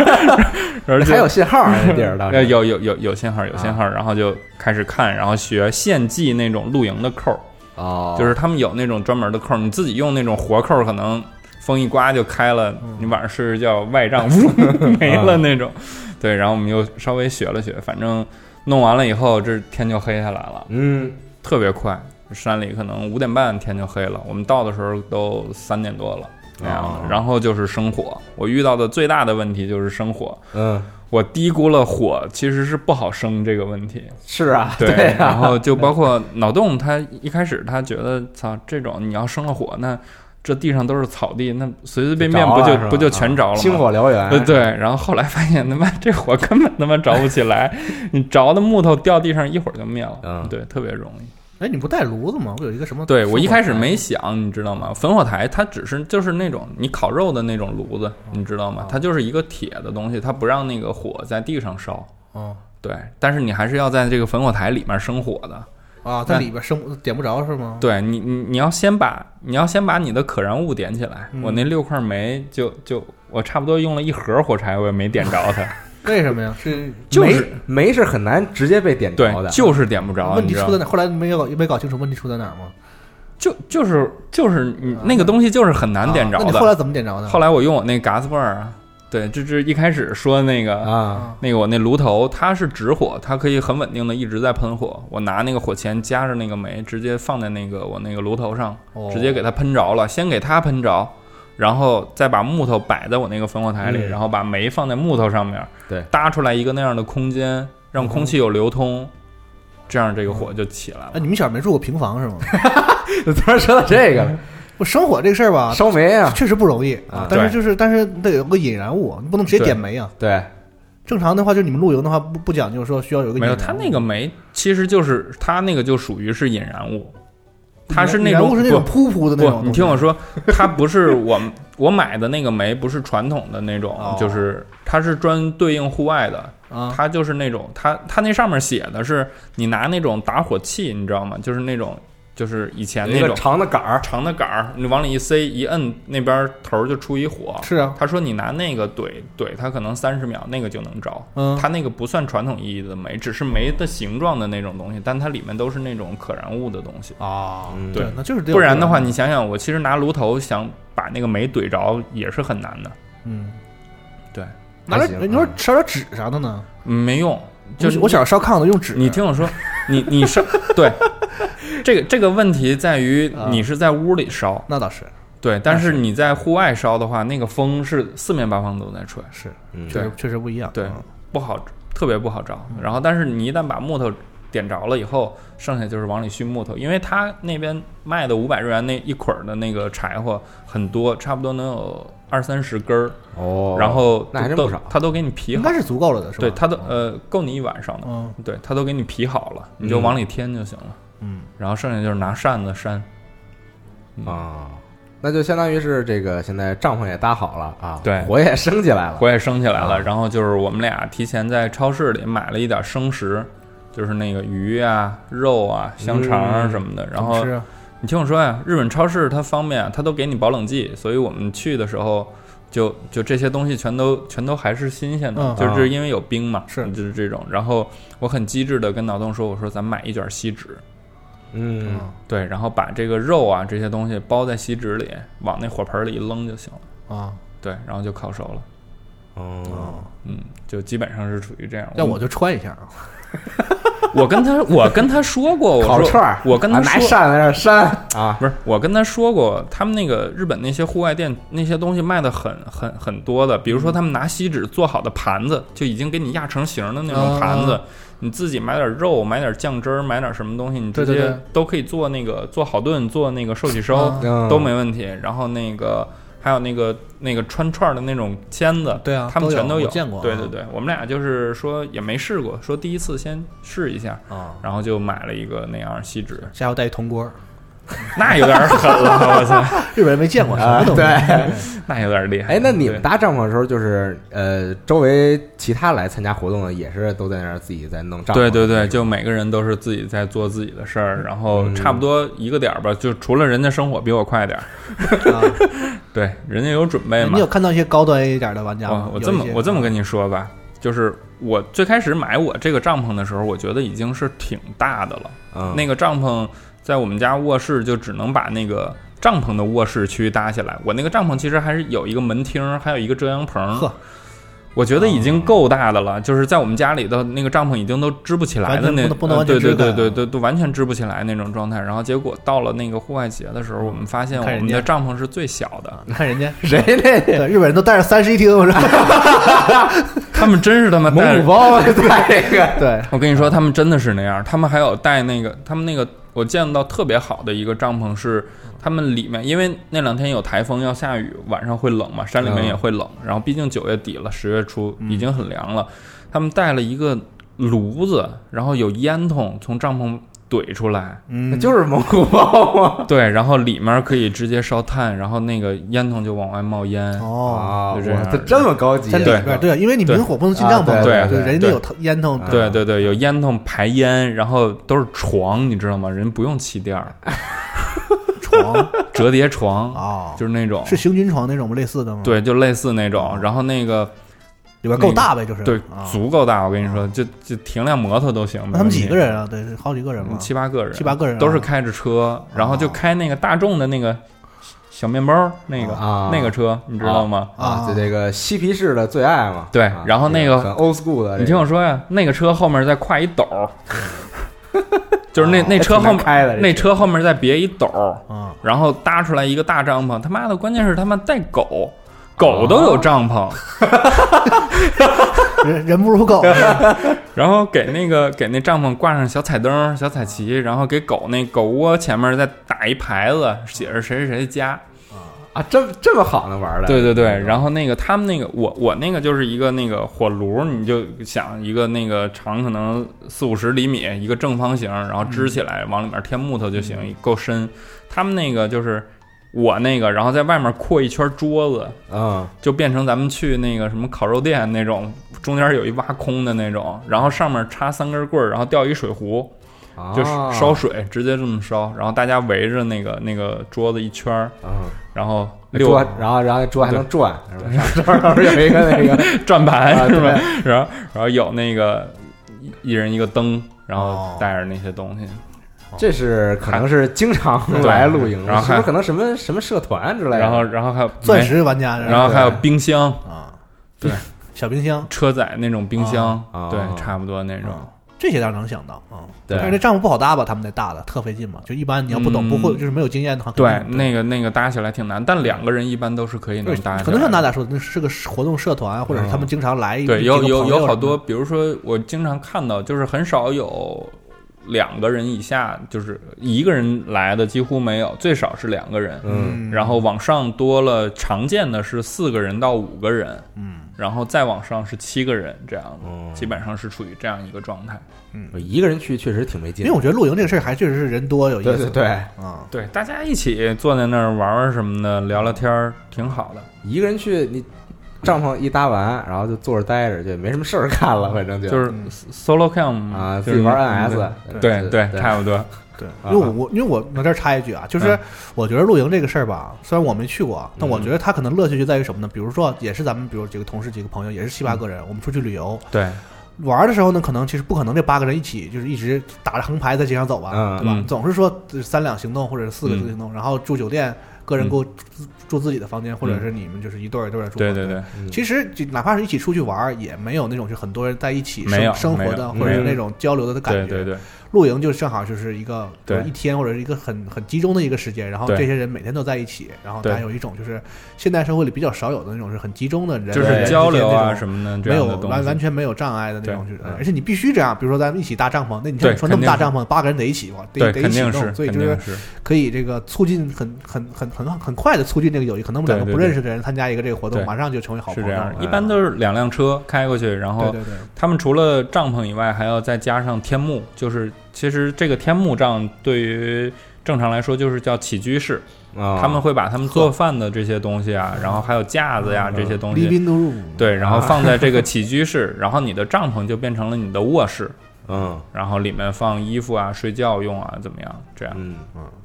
然后就
还有信号啊那地儿 当
呃，
时
有有有有信号，有信号，然后就开始看，然后学现系那种露营的扣儿，
哦，
就是他们有那种专门的扣儿，你自己用那种活扣儿，可能风一刮就开了，
嗯
你晚上睡睡觉外帐 没
啊
了那种。对，然后我们又稍微学了学，反正弄完了以后，这天就黑下来了，
嗯，
特别快。山里可能五点半天就黑了，我们到的时候都三点多了那样
哦
的。然后就是生火，我遇到的最大的问题就是生火。
嗯，
我低估了火其实是不好生这个问题，
是啊，
对，
对啊
然后就包括脑洞，他一开始他觉得操，这种你要生了火，那这地上都是草地，那随随便便不
着
就
了是吧
不就全着了吗？呃
星火燎
对
原，
对，然后后来发现他妈这火根本他妈着不起来，你着的木头掉地上一会儿就灭了，
嗯
对，特别容易。
哎，你不带炉子吗？我有一个什么？
对我一开始没想，你知道吗？焚火台它只是就是那种你烤肉的那种炉子，你知道吗？它就是一个铁的东西，它不让那个火在地上烧。
哦
对，但是你还是要在这个焚火台里面生火的。
啊，在里边生点不着是吗？
对你，你你要先把你要先把你的可燃物点起来。
嗯
我那六块煤就就我差不多用了一盒火柴，我也没点着它。
为什么呀？是
就是煤是很难直接被点
对
着，的，
就是点不着。啊
问
你
题
知道
出
吗
在哪？后来没有没搞清楚问题出在哪儿吗？
就就是就是你那个东西就是很难点着
嗯啊那你
的。
后来怎么点着的？
后来我用我那嘎子泵儿啊，对，这这一开始说那个
啊，
那个我那炉头它是直火，它可以很稳定的一直在喷火。我拿那个火钳夹着那个煤，直接放在那个我那个炉头上，
哦
直接给它喷着了。先给它喷着，然后再把木头摆在我那个焚火台里，
嗯
然后把煤放在木头上面，
对
搭出来一个那样的空间，让空气有流通，这样这个火就起来了
哎，。你们小时候没住过平房是吗？
突然说到这个
嗯
了，
不生火这个事儿 吧，
烧煤啊，
确实不容易
啊
但是
对
就是但是得有个引燃物，你不能直接
对
点煤啊。
对，
正常的话，就是你们露营的话不不讲究说需要有一个
没有，
引燃
它
物
那个煤其实就是它那个就属于是引燃物，它是那
圆
种
屋是那种
不
噗噗的那种东
不，
西。
你听我说，它不是我们我买的那个煤，不是传统的那种，
哦
就是它是专对应户外的，
啊，
它就是那种它它那上面写的是你拿那种打火器，你知道吗？就是那种就是以前
有一
那
个
种
长的杆儿，
长的杆儿，你往里一塞一摁，那边头儿就出一火。
是啊，
他说你拿那个怼怼它，可能三十秒那个就能着。
嗯
它那个不算传统意义的煤，只是煤的形状的那种东西，但它里面都是那种可燃物的东西。
啊
嗯
对
那就是得有
不然的话，
这
你想想，我其实拿炉头想把那个煤怼着也是很难的，
种嗯，
对，
拿
还
点
行
你说
嗯
烧点纸啥的呢？
嗯没用。就是
我小时候烧炕都用纸，
你听我说，你你烧对，这个这个问题在于
啊
你是在屋里烧，
那倒是
对，但是你在户外烧的话，那个风是四面八方都在吹，
是，
嗯
确实确实不一样。
对
嗯，
不好，特别不好着。然后，但是你一旦把木头点着了以后，剩下就是往里熏木头，因为他那边卖的五百日元那一捆儿的那个柴火很多，差不多能有二三十根儿，
哦，
然后
那还真
都
不少
他都给你劈
应
好
该，是足够了的，是吧？哦
对，他都呃够你一晚上的，
嗯
对他都给你劈好了，你就
嗯
往里添就行了。
嗯，
然后剩下就是拿扇子扇，
啊。那就相当于是这个，现在帐篷也搭好了啊，
对
火也升起来了，
火也升起来了。
啊
然后就是我们俩提前在超市里买了一点生食，就是那个鱼啊、肉啊、香肠啊
嗯
什么的。
怎
然
么
后
吃啊
你听我说呀、日本超市它方便啊，它都给你保冷剂，所以我们去的时候就就这些东西全都全都还是新鲜
嗯
的，就是因为有冰嘛，
是
就是这种。然后我很机智的跟脑洞说，我说咱买一卷锡纸，
嗯，
对，然后把这个肉啊这些东西包在锡纸里，往那火盆里一扔就行了，
啊，
对，然后就烤熟了。
哦，
嗯，就基本上是处于这样。
那我就穿一下啊，
我跟他我跟他说过，我
烤
说
串儿，
我跟他
啊拿
说
扇在那儿扇啊，
不是，我跟他说过，他们那个日本那些户外店那些东西卖的很很很多的，比如说
嗯
他们拿锡纸做好的盘子，就已经给你压成型的那种盘
哦
子，你自己买点肉，买点酱汁儿，买点什么东西，你直
对对
接
对
都可以做那个做好炖，做那个寿喜烧、
啊
嗯
都没问题。然后那个还有那个那个穿串儿的那种签子，
对啊
他们
都有
全都有
我见过啊
对对对，我们俩就是说也没试过，说第一次先试一下，
啊，
然后就买了一个那样锡纸，
下回带一铜锅，
那有点儿狠了，我操！
日本人没见过什
啊
么东西，
对，
那有点厉害。
哎，那你们
对
搭帐篷的时候，就是呃，周围其他来参加活动的也是都在那儿自己在弄帐篷，
对对对，就每个人都是自己在做自己的事儿，然后
嗯
差不多一个点儿吧，就除了人家生火比我快点儿，
啊
对，人家有准备
哎
嘛
你有。看到一些高端一啊点的玩家吗
我？我这么我这么跟你说吧，就是我最开始买我这个帐篷的时候，我觉得已经是挺大的了。
嗯，
那个帐篷在我们家卧室就只能把那个帐篷的卧室区搭起来，我那个帐篷其实还是有一个门厅，还有一个遮阳棚。
呵哦
我觉得已经够大的了，就是在我们家里的那个帐篷已经都支不起来的
完
那，
全不能不能
呃
完全
对
支
对
开
对
啊
对对，都完全支不起来那种状态。然后结果到了那个户外节的
嗯
时候，我们发现我
看人
们的
家
帐篷是最小的，
你看人 家，
谁那
对日本人都带着三室一厅，是吧？
他们真是他妈带
蒙古包 啊在那个
对，
我跟你说，他们真的是那样。他们还有带那个，他们那个我见到特别好的一个帐篷是，他们里面因为那两天有台风要下雨，晚上会冷嘛，山里面也会冷。然后毕竟九月底了，十月初已经很凉了。他们带了一个炉子，然后有烟筒从帐篷怼出来，
嗯，
就是蒙古包啊嘛，
对，然后里面可以直接烧炭，然后那个烟筒就往外冒烟。
哦，
啊，
就这样
哇这这么高级
在
啊，
里
对
边儿对，因为你明火不能进帐
啊
篷，
对对啊
对，
对
人家有头烟囱，
对对对，有烟筒排烟，然后都是床，你知道吗？人不用气垫儿，
床
折叠床
啊，
就是那种
是行军床那种吗？类似的吗？，
对，就类似那种。然后那个
里边够大呗，就是
对
啊
足够大，我跟你说，就就停辆摩托都行。
那他们几个
没问
人啊？对，是好几个人
题？
吗？
嗯七八个人，
七八个人啊啊
都是开着车，然后就开那个大众的那个小面包那个
啊
那个车，你知道吗？
啊，
啊
就这个嬉皮士的最爱嘛，
对
啊
然后那个
很 old school
啊
的这个，
你听我说呀，那个车后面再挎一斗 儿，就是那
哎
那
还
车
挺
后
难
面
开的这
那车后面再别一斗儿，
啊，
然后搭出来一个大帐篷。他妈的，关键是他妈带狗，狗都有帐篷。
人人不如狗，啊
然后给那个给那帐篷挂上小彩灯、小彩旗，然后给狗那狗窝前面再打一牌子，写着谁谁谁家。嗯
啊，这这么好呢玩儿的，嗯
对对对，然
后
后那个他们那个我我那个就是一个那个火炉，你就想一个那个长可能四五十厘米一个正方形，然后支起来往里面添木头就行，够深。他们那个就是我那个，然后在外面扩一圈桌子，
嗯，
就变成咱们去那个什么烤肉店那种，中间有一挖空的那种，然后上面插三根棍儿，然后吊一水壶，
啊
就是烧水，直接这么烧，然后大家围着那个那个桌子一圈儿，
嗯，
然后
六
六，
然后然后桌还能转，是吧？上上面有一个那 个
转盘、
啊
是吧
对？
然后然后有那个一一人一个灯，然
哦
后带着那些东西，
这是可能是经常
对
来露营，
然后
是不是
还
可能什么什么社团之类的？嗯
然后然后还有
钻，石玩家，
没然后还有冰箱、
啊，
对，
小冰箱
车载那种冰箱
啊，
对
啊，
差不多那种。
这些倒是能想到啊。
对
但是这帐篷不好搭吧？他们那大的特费劲嘛，就一般你要不懂
嗯
不会就是没有经验的话，可
对，
能
那个那个搭起来挺难，但两个人一般都是可以能搭起来。嗯
可能像娜娜说的，那是个活动社团，或者是他们经常来一
对，
一
有
个
有
朋友
有好
什么
多，
的
比如说我经常看到，就是很少有两个人以下，就是一个人来的几乎没有，最少是两个人。
嗯，
然后往上多了，常见的是四个人到五个人，
嗯，
然后再往上是七个人这样的，
哦
基本上是处于这样一个状态。
我一个人去确实挺没劲
因
的，
为我觉得露营这个事儿还确实是人多有意
对
思
对，对，
啊，
对，大家一起坐在那儿玩玩什么的，聊聊天儿，挺好的。
一个人去你帐篷一搭完，然后就坐着待着，就没什么事儿干了，反正就
就是 solo cam 嘛
啊，
就
自
是
己玩
你嗯
NS，
对对，
对，
差不多。
对，因
啊
为我我因为我在这儿插一句啊，就是
嗯
我觉得露营这个事儿吧，虽然我没去过啊，但我觉得它可能乐趣就在于什么呢？比如说，也是咱们比如几个同事几个朋友，也是七八个人，我们出去旅游
对，
玩儿的时候呢，可能其实不可能这八个人一起就是一直打着横排在街上走吧，
嗯
对吧？
嗯
总是说呃三两行动或者是四个
嗯
行动，然后住酒店，个人过住住自己的房间，或者是你们就是一对儿一对儿地住。
对对。对，
嗯
其实就哪怕是一起出去玩儿，也没有那种就很多人在一起
没有
生生活
没有
的，
没
或者是
有
那种交流的感觉。
对对对。
露营就正好就是一个呃
对
就是一天或者是一个很很集中的一个时间，然后
对
这些人每天都在一起，然后
对
大家有一种就是现代社会里比较少有的那种是很集中的人
就是交流啊
么。
什么的，这
没有
样的东
完
西
完全没有障碍的那种，就
对
是
嗯
而且你必须这样，比如说咱们一起搭帐篷，那你看
对
你说那么
肯定
大
是
帐篷，八个人得一起哇，得
对，
得一
肯
起
定是
弄，，所以
肯
就是
定是，
可以这个促进很很很很很快的促进这个友谊，可能我们两个
对对
不
对
认识的人参加一个这个活动，
对
马上就成为好
是
朋友
这样
了哎
的。。一般都是两辆车开过去，然
对
后
对对，
他们除了帐篷以外，还要再加上天幕，就是其实这个天幕帐对于。正常来说就是叫起居室，
啊
他们会把他们做饭的这些东西啊，然后还有架子呀
嗯
这些东
离
西，
宾都入
对，然后放在这
啊
个起居室，然后你的帐篷就变成了你的卧室，
嗯
然后里面放衣服啊、睡觉用啊，怎么样？这样，
嗯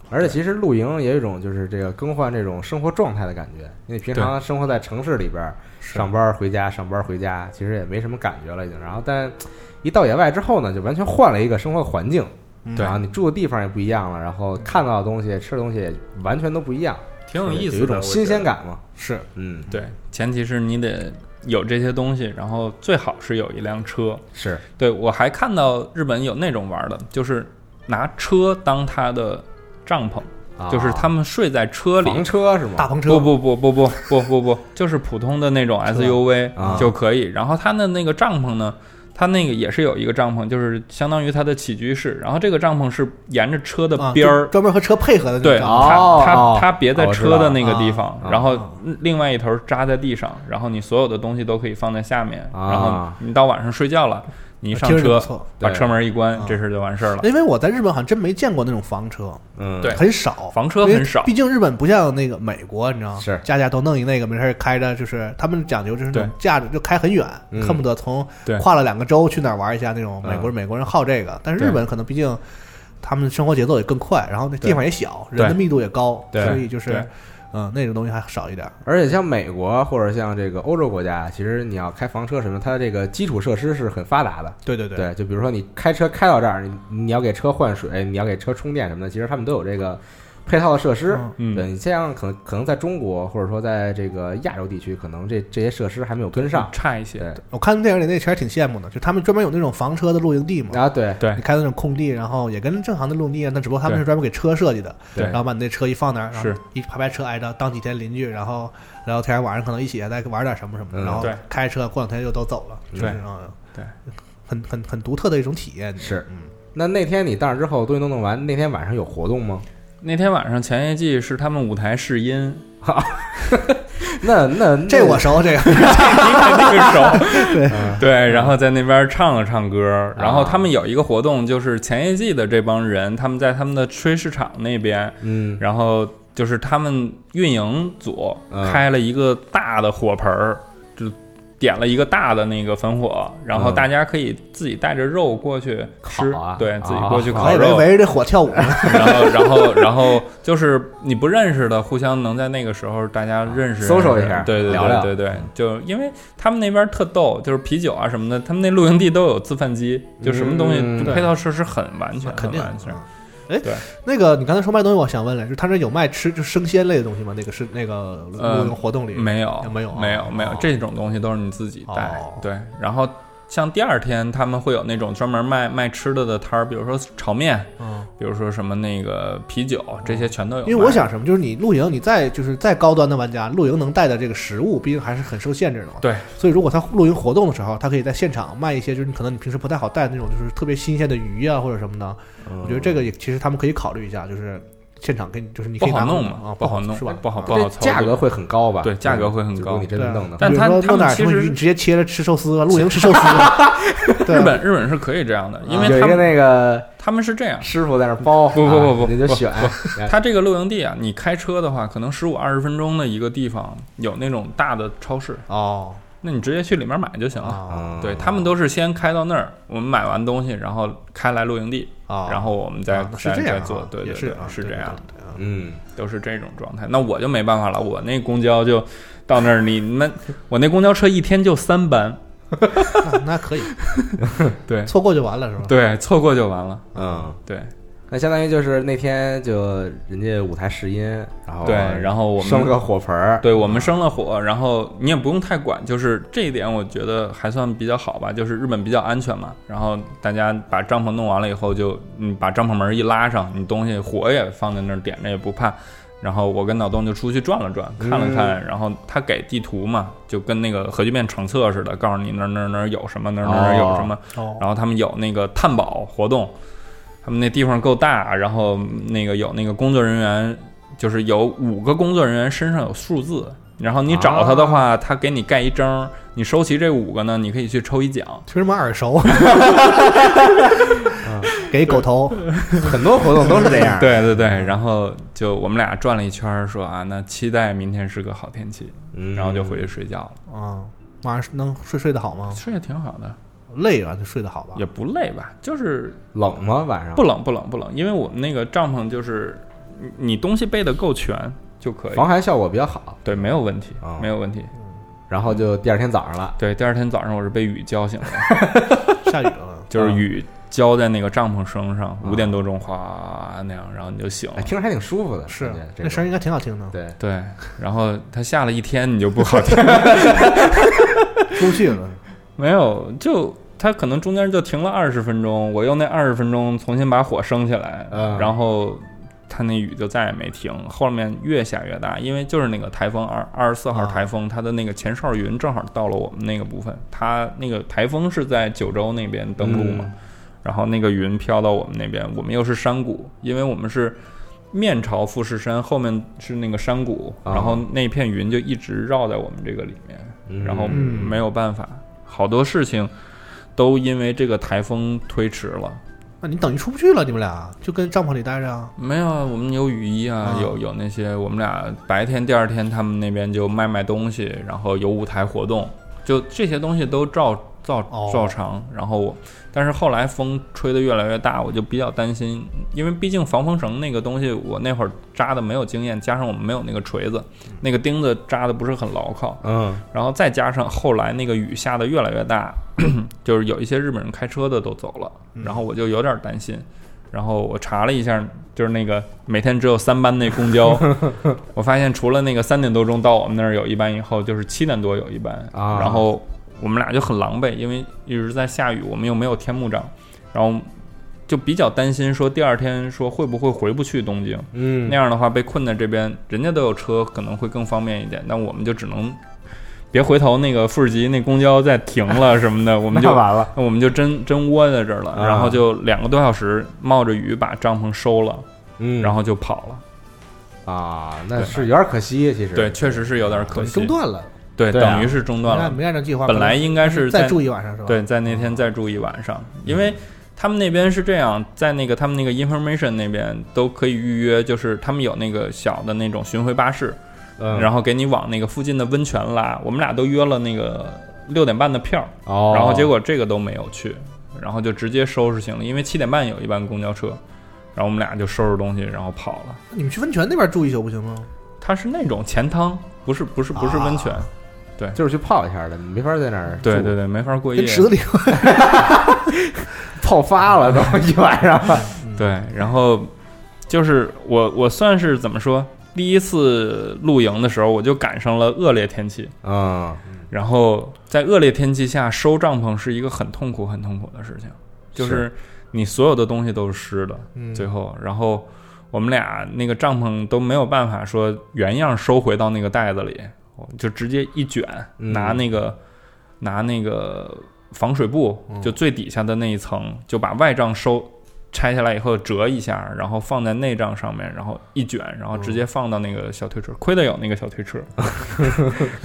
而且其实露营也有一种就是这个更换这种生活状态的感觉，因为平常生活在城市里边儿，上班儿回家，上班儿回家，其实也没什么感觉了已经。然后但一到野外之后呢，就完全换了一个生活环境，
嗯对
然后你住的地方也不一样了，然后看到的东西、吃的东西也完全都不一样，
挺
有有一种新鲜感嘛。
是
嗯，
对，前提是你得有这些东西，然后最好是有一辆车。
是
对我还看到日本有那种玩的，就是拿车当他的帐篷，
啊
就是他们睡在车里。
房车是吗？
大篷车
不不不不不不不不，就是普通的那种 SUV
啊
就可以。然后它的那个帐篷呢，它那个也是有一个帐篷，就是相当于它的起居室。然后这个帐篷是沿着车的
啊
边儿
就专门和车配合的那种
对，
帐
啊
篷
哦
它
哦
它它别在车的那个地
哦
方
我知道啊，
然后嗯
啊
另外一头扎在地上，然后你所有的东西都可以放在下面，
啊
然后你到晚上睡觉了，你一上
听着就
车
不错
把
对
车门一关
啊，
这事儿就完事儿了。
因为我在日本好像真没见过那种房车，
嗯，
对
很少，
房车很少
因为毕竟日本不像那个美国，你知道吗？
是
家家都弄一那个，没事儿开着，就是他们讲究就是那种
对
架着就开很远，
嗯
恨不得从
对
跨了两个州去哪儿玩一下那种。
嗯
美国美国人好这个，但是
对
日本可能毕竟他们生活节奏也更快，然后那地方也小，
对
人的密度也高，
对
所以就是
对
嗯那种东西还少一点儿。
而且像美国或者像这个欧洲国家，其实你要开房车什么，它的这个基础设施是很发达的。
对对，
对，就比如说你开车开到这儿，你你要给车换水，你要给车充电什么的，其实他们都有这个配套的设施。
嗯
对你像可能可能在中国或者说在这个亚洲地区，可能这这些设施还没有跟上。
差一些
对，
我看电影里那其实还挺羡慕的，就他们专门有那种房车的露营地嘛。
啊，对
对
你开那种空地，然后也跟正常的陆地一样，但只不过他们是专门给车设计的，
对
然后把你那车一放那儿，然后
是
一排排车挨着，当几天邻居，然后聊聊天，晚上可能一起再玩点什么什么的，
嗯
然后
对
开车过两天又都走了，就是
对
嗯，
对，
很很很独特的一种体验，
是
嗯。
那那天你到那之后东西都弄完，那天晚上有活动吗？
那天晚上前夜祭是他们舞台试音，
那那
这我熟，这个
你肯定熟。对对，然后在那边唱了唱歌，然后他们有一个活动，就是前一季的这帮人，他们在他们的炊事场那边，
嗯
然后就是他们运营组
嗯
开了一个大的火盆儿，就点了一个大的那个焚火，然后
嗯
大家可以自己带着肉过去吃
烤啊，
对自己过去
啊
烤
我以为
肉，
围着这火跳舞 呢。
然后然后然后就是你不认识的，互相能在那个时候大家认识
social 一下
对对
聊聊
对对对，就因为他们那边特逗，就是啤酒啊什么的，他们那露营地都有自贩机，就什么东西
嗯
就配套设施很完全，
肯定
很完全。
哎
对，
那个你刚才说卖东西，我想问来，就是他那有卖吃就生鲜类的东西吗？那个是那个
呃
露营活动里
没有
没有啊
没有没有
哦
这种东西都是你自己带
哦，
对，然后。像第二天他们会有那种专门卖卖吃的的摊儿，比如说炒面，
嗯，
比如说什么那个啤酒，这些全都有卖。
哦因为我想什么，就是你露营，你再就是再高端的玩家，露营能带的这个食物，毕竟还是很受限制的嘛。
对，
所以如果他露营活动的时候，他可以在现场卖一些，就是你可能你平时不太好带的那种，就是特别新鲜的鱼啊或者什么的。我觉
嗯
得这个也其实他们可以考虑一下，就是现场给你，就是你可
不
以拿
好弄
啊，
嘛，
不
好弄，
是吧？啊
不好不
这
好操作，
价格会很高吧？
对价格会很
如
高
果你真
对
的
啊
弄的话，
但
比如
他
说
他
弄
们
点
其
什么
实
鱼，你直接切了吃寿司啊，露营吃 寿司啊，对
日本日本是可以这样的，
啊
因为
有
他
一个
们
那个
他们是这样，
师傅在那儿包，
不不不不
啊你就
不
选，
它这个露营地啊，你开车的话，可能十五二十分钟的一个地方有那种大的超市，
哦
那你直接去里面买就行了。
啊
嗯
对他们都是先开到那儿，我们买完东西，然后开来露营地，
啊，
然后我们再
啊那是
再
这样
再
啊
做，对
也
对
是
对
啊，
是
对
这
对
样，
对对啊
嗯，
都是这种状态。那我就没办法了，我那公交就到那儿，你们我那公交车一天就三班，
那那可以，
对
错过就完了是吧？
对，错过就完了，
嗯，
对。
那相当于就是那天就人家舞台试音，然后
对然后我们
哦生了个火盆儿，
对我们生了火，然后你也不用太管，就是这一点我觉得还算比较好吧，就是日本比较安全嘛。然后大家把帐篷弄完了以后就，你把帐篷门一拉上，你东西火也放在那儿点着也不怕。然后我跟脑洞就出去转了转，看了看，然后他给地图嘛，就跟那个核聚变成册似的，告诉你那儿那儿那儿有什么，那儿那儿那儿有什么。
哦，
然后他们有那个探宝活动，他们那地方够大，然后那个有那个工作人员，就是有五个工作人员身上有数字，然后你找他的话，他给你盖一章，你收齐这五个呢，你可以去抽一奖。
听什么耳 熟？给狗头，
很多活动都是这样，
对对对，然后就我们俩转了一圈儿，说啊，那期待明天是个好天气，
嗯，
然后就回去睡觉了，
嗯，晚上能睡睡得好吗？
睡得挺好的，
累了就睡得好吧
也？不累吧，就是
冷吗？晚上
不冷不冷不冷，因为我们那个帐篷就是你你东西备的够全就可以，
防寒效果比较好，
对，没有问题
啊，
没有问题。
然后就第二天早上了，
对，第二天早上我是被雨浇醒的，
下雨了，
啊
就是雨浇在那个帐篷绳上，五点多钟哗那样，然后你就醒了
哎，。听着还挺舒服的，
是
感觉这
那声儿
种
应该挺好听的，
对，
对，然后它下了一天，你就不好听。
出不去了。
没有，就它可能中间就停了二十分钟，我用那二十分钟重新把火升起来，
嗯
然后它那雨就再也没停，后面越下越大，因为就是那个台风二二十四号
啊
台风，它的那个前哨云正好到了我们那个部分，它那个台风是在九州那边登陆嘛，
嗯
然后那个云飘到我们那边，我们又是山谷，因为我们是。面朝富士山，后面是那个山谷，
啊
然后那片云就一直绕在我们这个里面，
嗯
然后
嗯
没有办法，好多事情都因为这个台风推迟了。
那你等于出不去了，你们俩就跟帐篷里待着啊？
没有，啊，我们有雨衣啊
啊，
有有那些，我们俩白天第二天他们那边就卖卖东西，然后有舞台活动，就这些东西都照照
哦
照常。然后我，但是后来风吹得越来越大，我就比较担心，因为毕竟防风绳那个东西，我那会儿扎的没有经验，加上我们没有那个锤子，那个钉子扎的不是很牢靠，
嗯
然后再加上后来那个雨下的越来越大， 就是有一些日本人开车的都走了，然后我就有点担心。然后我查了一下，就是那个每天只有三班那公交，我发现除了那个三点多钟到我们那儿有一班以后，就是七点多有一班。
啊
然后我们俩就很狼狈，因为一直在下雨，我们又没有天幕帐，然后就比较担心说第二天说会不会回不去东京。
嗯
那样的话被困在这边，人家都有车，可能会更方便一点。但我们就只能 别回头，那个富士急那公交再停了什么的， 我
我
们就
完了，
那我们就真真窝在这儿了。
啊
然后就两个多小时，冒着雨把帐篷收了，
嗯，
然后就跑了。
啊，那
对
是有点可惜，其实
对，确实是有点可惜，
中断了，
对，
对啊
等于是中
没
断
按
了。
没按照计划，
本来应该是
再
在
住一晚上是吧？
对，在那天再住一晚上，因为他们那边是这样，在那个他们那个 information 那边都可以预约，就是他们有那个小的那种巡回巴士，
嗯，
然后给你往那个附近的温泉拉。我们俩都约了那个六点半的票，
哦，
然后结果这个都没有去，然后就直接收拾行李，因为七点半有一班公交车，然后我们俩就收拾东西然后跑了。
你们去温泉那边住一宿不行吗？
它是那种钱汤，不是不是不是温泉，
就是去泡一下的，没法在那儿
啊对
住
对对，没法过夜
跟。池子里
泡发了都一晚上，
对，然后就是我我算是怎么说，第一次露营的时候，我就赶上了恶劣天气，
嗯，
然后在恶劣天气下收帐篷是一个很痛苦很痛苦的事情，就是你所有的东西都是湿的，
嗯
最后，然后我们俩那个帐篷都没有办法说原样收回到那个袋子里，我就直接一卷，
嗯
拿那个拿那个防水布，就最底下的那一层，就把外帐收拆下来以后折一下，然后放在内帐上面，然后一卷，然后直接放到那个小推车。亏得有那个小推车，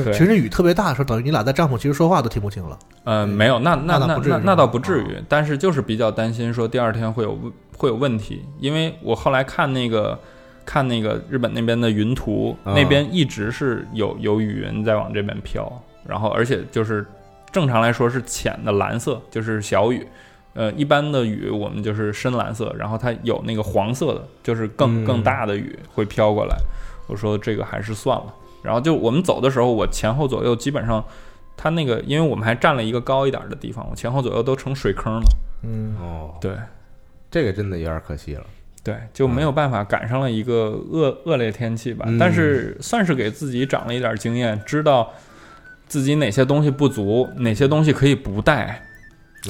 对
其实雨特别大的时候，等于你俩在帐篷其实说话都听不清了。
呃，没有，那那
那倒
那
不至于
那
是
那
吧哦
倒不至于，但是就是比较担心说第二天会有问会有问题，因为我后来看那个看那个日本那边的云图，
啊
嗯
那边一直是有有雨云在往这边飘，然后而且就是正常来说是浅的蓝色，就是小雨。呃，一般的雨我们就是深蓝色，然后它有那个黄色的，就是更
嗯
更大的雨会飘过来。我说这个还是算了。然后就我们走的时候，我前后左右基本上，它那个因为我们还占了一个高一点的地方，我前后左右都成水坑了。
嗯，
哦，
对
这个真的有点可惜了，
对，就没有办法赶上了一个恶恶劣天气吧
嗯。
但是算是给自己长了一点经验，知道自己哪些东西不足，哪些东西可以不带。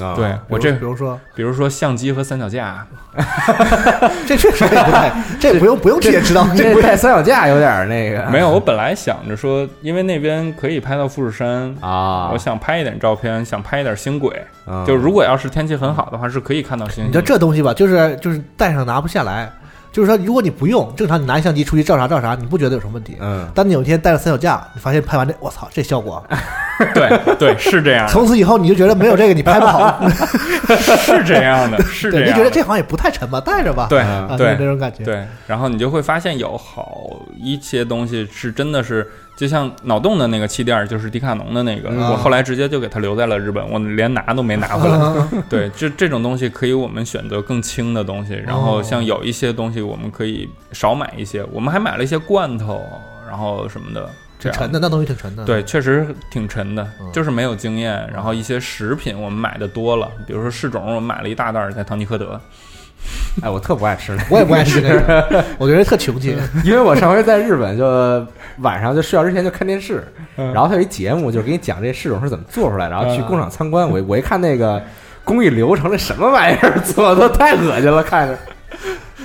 啊，
对我
比如
这
比，如说，
比如说相机和三脚架，
这确实也不太，这不用不用提也知道，这
这
不
带三脚架有点那个，
没有。我本来想着说，因为那边可以拍到富士山。
啊，
我想拍一点照片，想拍一点星轨，
嗯
就如果要是天气很好的话，是可以看到星星
啊
的。
你知道这东西吧，就是就是带上拿不下来，就是说如果你不用，正常你拿相机出去照啥照啥，你不觉得有什么问题？啊
嗯，
当你有一天带着三脚架，你发现拍完这，我操，这效 果！
对对，是 这样的，
从此以后你就觉得没有这个你拍不 好，
是这样的，是这
对，
样
你
的。
觉得这好像也不太沉吧，带着吧，
对
啊，就是那
对
种感觉。
对，然后你就会发现有好一些东西是真的是，就像脑洞的那个气垫儿，就是迪卡侬的那个，
嗯
我后来直接就给它留在了日本，我连拿都没拿回来。
嗯，
对，这这种东西可以我们选择更轻的东西，然后像有一些东西我们可以少买一些，我们还买了一些罐头，然后什么的，这
挺
样
沉的，那东西挺沉的。，
对，确实挺沉的，
嗯
就是没有经验。然后一些食品我们买的多了，比如说柿种，我们买了一大袋儿在唐吉诃德。
哎，我特不爱吃那个，
我也不爱吃那 个，我觉得特穷气。
因为我上回在日本就晚上就睡觉之前就看电视，
嗯
然后他有一节目就是给你讲这柿种是怎么做出来的，然后去
嗯
工厂参观。我我一看那个工艺流程，那什么玩意儿做的太恶心了，看着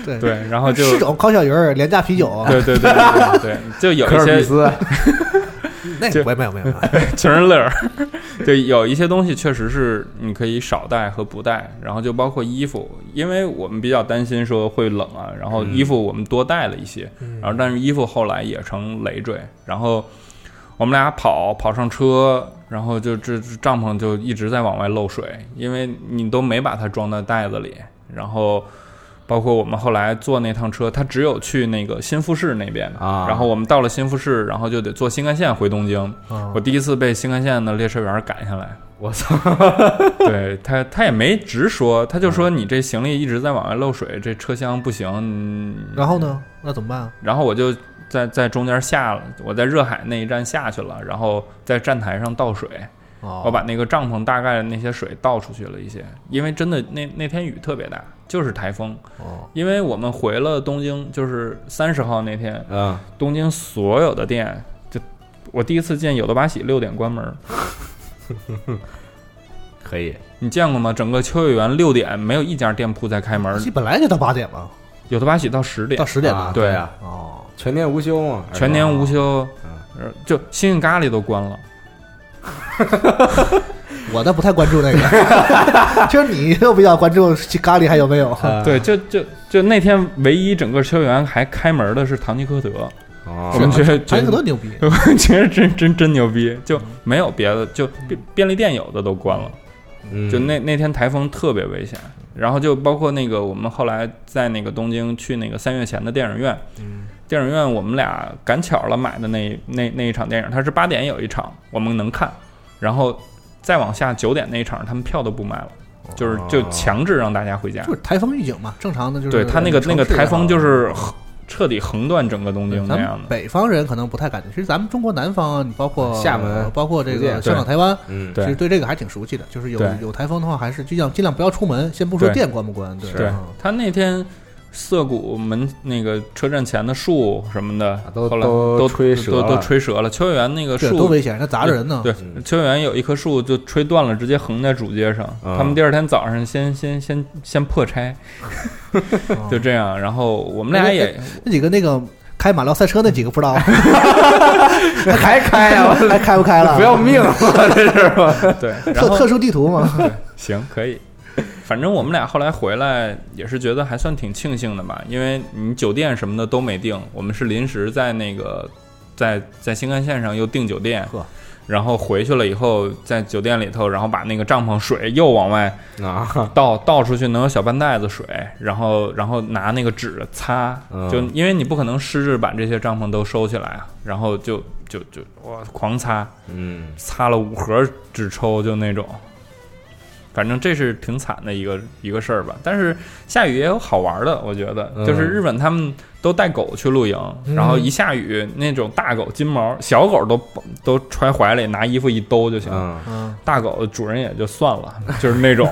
对，
对，然后就
柿种、烤小鱼儿、廉价啤酒，
对对对对对对，就有
可
一
尔必
些
斯，
那
就
我也没有没有没 有。
穷人乐儿，就有一些东西确实是你可以少带和不带，然后就包括衣服，因为我们比较担心说会冷啊，然后衣服我们多带了一些，然后但是衣服后来也成累赘，然后我们俩跑跑上车，然后就这这帐篷就一直在往外漏水，因为你都没把它装在袋子里，然后。包括我们后来坐那趟车，它只有去那个新富士那边
啊
然后我们到了新富士，然后就得坐新干线回东京。
啊
我第一次被新干线的列车员赶下来，
嗯我操，
对他，他也没直说，他就
嗯
说你这行李一直在往外漏水，这车厢不行。嗯
然后呢？那怎么办啊？
然后我就在在中间下了，我在热海那一站下去了，然后在站台上倒水，
哦
我把那个帐篷大概的那些水倒出去了一些，因为真的那那天雨特别大，就是台风。
哦，
因为我们回了东京，就是三十号那天，
嗯，
东京所有的店，就我第一次见有的八喜六点关门。
可以，
你见过吗？整个秋叶原六点没有一家店铺在开门，
本来就到八点嘛，
有的八喜到十点
嗯到，十点
啊
吧。
对啊，
哦，
全年无休嘛，
全年无休
啊
嗯，
呃就星星咖喱都关了。
我倒不太关注那个， 就是你又比较关注咖喱还有没有？
对，就就就那天唯一整个球员还开门的是唐吉诃德，我们
哦，
觉得
啊唐
觉
人可
得
多牛逼，
我觉得真真真牛逼，就没有别的，就便便利店有的都关了。
嗯
就那那天台风特别危险，然后就包括那个我们后来在那个东京去那个三月前的电影院，
嗯
电影院我们俩赶巧了买的那那那一场电影，它是八点有一场，我们能看，然后再往下九点那一场他们票都不卖了，就是就强制让大家回家。
哦就是台风预警嘛，正常的就是
对他那个那
城
个
市也
台
好
风就是横彻底横断整个东京那
咱
样
们
的，
北方人可能不太感觉，其实咱们中国南方啊，你包括
厦门
呃包括这
福建
个香港、
对
台湾，
嗯，
其实
对
对这个还挺熟悉的。就是有
对
有台风的话，还是尽量尽量不要出门，先不说
对
店关不关，对
是
对
嗯
他那天涩谷门那个车站前的树什么的，
啊
都
后来
都
都
吹折
都
了
都吹折了。秋叶原那个
这多
树
危险，那砸着人呢。
对
嗯，
秋叶原有一棵树就吹断了，直接横在主街上。
嗯
他们第二天早上先先先先破拆，
嗯
就这样。然后我们
哎
俩也
那几个那个开马料赛车那几个不知道 还
开呀我
还开不开了？
不要 命了，这是吧？
对，然
特
后
特殊地图嘛，
行可以。反正我们俩后来回来也是觉得还算挺庆幸的吧，因为你酒店什么的都没定，我们是临时在那个在在新干线上又订酒店
呵，
然后回去了以后在酒店里头，然后把那个帐篷水又往外
啊，
倒倒出去能有小半袋子水，然后然后拿那个纸擦，
嗯
就因为你不可能湿着把这些帐篷都收起来啊，然后就就就哇狂擦，
嗯，
擦了五盒纸抽就那种，反正这是挺惨的一个一个事儿吧。但是下雨也有好玩的，我觉得
嗯
就是日本他们都带狗去露营，然后一下雨那种大狗金毛小狗都都揣怀里拿衣服一兜就行，
嗯，
嗯，
大狗主人也就算了，就是那种，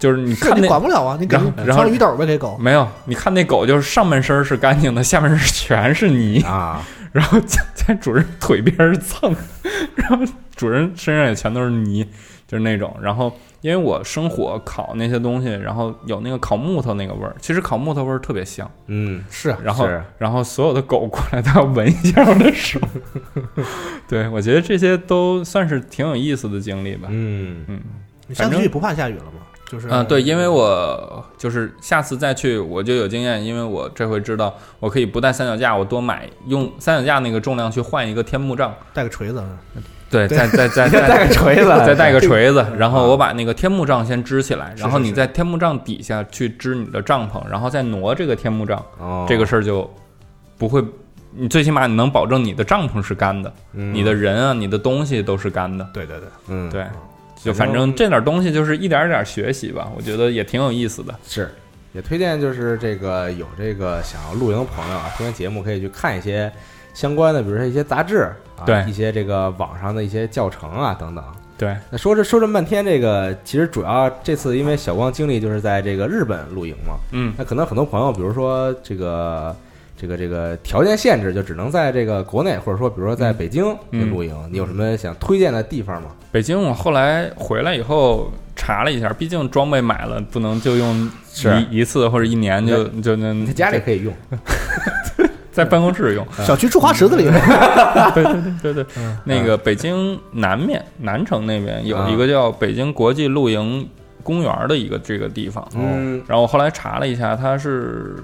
就是你
是
看
你
那
管不了啊，你给
然后然后嗯
穿个雨斗呗，给狗。
没有，你看那狗就是上半身是干净的，下半身全 是泥，
啊，
然后在在主人腿边儿蹭，然后主人身上也全都是泥，就是那种。然后因为我生火烤那些东西，然后有那个烤木头那个味儿，其实烤木头味儿特别香。
嗯，
是啊，
然后
是
然后所有的狗过来都要闻一下我的手， 对我觉得这些都算是挺有意思的经历吧。
嗯，
嗯
你下
反
次
正
去不怕下雨了吗？就是
嗯，对，因为我就是下次再去我就有经验，因为我这回知道我可以不带三脚架，我多买用三脚架那个重量去换一个天幕杖，
带个锤子，啊
对，再再再
带个锤子，
再带个锤子，然后我把那个天幕杖先支起来，然后你在天幕杖底下去支你的帐篷，然后再挪这个天幕杖，
哦，
这个事儿就不会，你最起码你能保证你的帐篷是干的，
嗯
你的，人啊，你的东西都是干的，
对对对，
嗯，，
对。就反正这点东西就是一点儿一点儿学习吧，我觉得也挺有意思的。
是。也推荐就是这个有这个想要露营的朋友啊，听完节目可以去看一些相关的，比如说一些杂志啊，
对
一些这个网上的一些教程啊等等。
对，
那说这说这么半天，这个其实主要这次因为小光经历就是在这个日本露营嘛，
嗯，
那可能很多朋友，比如说这个这个这个条件限制，就只能在这个国内，或者说比如说在北京
嗯
露营，你有什么想推荐的地方吗？
北京我后来回来以后查了一下，毕竟装备买了，不能就用
是
一一次或者一年就就
你
那
在家里嗯可以用，
在办 公室用。
小区住花池子里，
对对，那个北京南面南城那边有
嗯
一个叫北京国际露营公园的一个这个地方，
嗯，
然后我后来查了一下，它是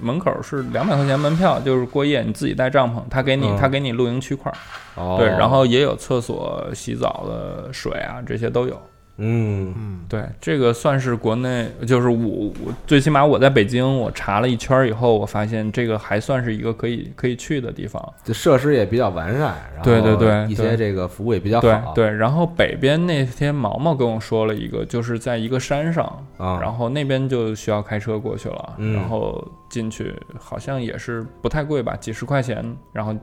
门口是两百块钱门票，就是过夜，你自己带帐篷，他给你
嗯
他给你露营区块儿，
哦，
对，然后也有厕所、洗澡的水啊，这些都有。
嗯
嗯，
对，这个算是国内，就是我我最起码我在北京，我查了一圈儿以后，我发现这个还算是一个可以可以去的地方。
这设施也比较完善，然后
对对对
一些
对
这个服务也比较
对
好，啊
对，然后北边那天毛毛跟我说了一个，就是在一个山上，
啊
然后那边就需要开车过去了，
嗯
然后进去好像也是不太贵吧，几十块钱，然后你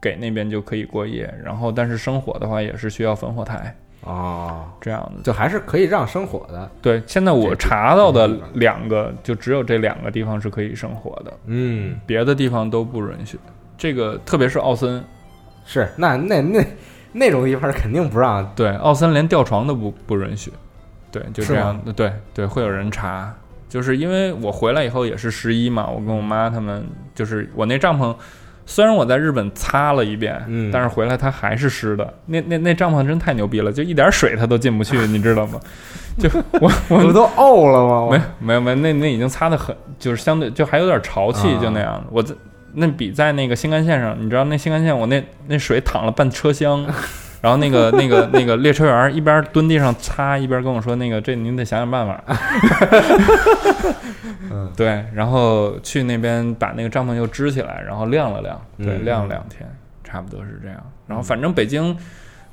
给那边就可以过夜，然后但是生火的话也是需要焚火台
哦，
这样的。
就还是可以让生火的，
对，现在我
这嗯
查到的
这个
两个，就只有这两个地方是可以生火的，
嗯，
别的地方都不允许。这个特别是奥森，
是那那那那种地方肯定不让，
对，奥森连吊床都不不允许，对，就是这
吗
样，对对，会有人查，就是因为我回来以后也是十一嘛，我跟我妈他们就是我那帐篷，虽然我在日本擦了一遍，
嗯
但是回来它还是湿的。那那那帐篷真太牛逼了，就一点水它都进不去，你知道吗？就我我
这不
们
都沤了吗？
没没有没有，那那已经擦的很，就是相对就还有点潮气
啊，
就那样。我在那比在那个新干线上，你知道那新干线我那那水淌了半 车厢，然后那个那个那个列车员一边蹲地上擦，一边跟我说那个这您得想想办法。
嗯
对，然后去那边把那个帐篷又支起来，然后晾了晾，对，
嗯
晾了两天，差不多是这样。然后反正北京，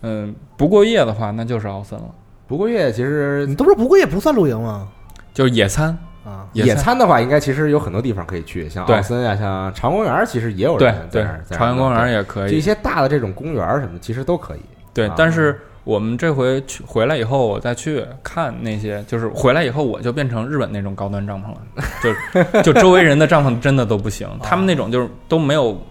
嗯、不过夜的话，那就是奥森了，
不过夜其实
你都说不过夜不算露营吗？
就是野餐，
啊，
野餐的话，应该其实有很多地方可以去，像
对
奥森啊，像长公园儿，其实也有
对
人在
对
那儿，在那儿
朝阳公园
弄
也可
对
以，
就一些大的这种公园儿什么的，其实都可以。
对
啊，
但是我们这回去回来以后，我再去看那些，就是回来以后我就变成日本那种高端帐篷了，就是就周围人的帐篷真的都不行，他们那种就是都没有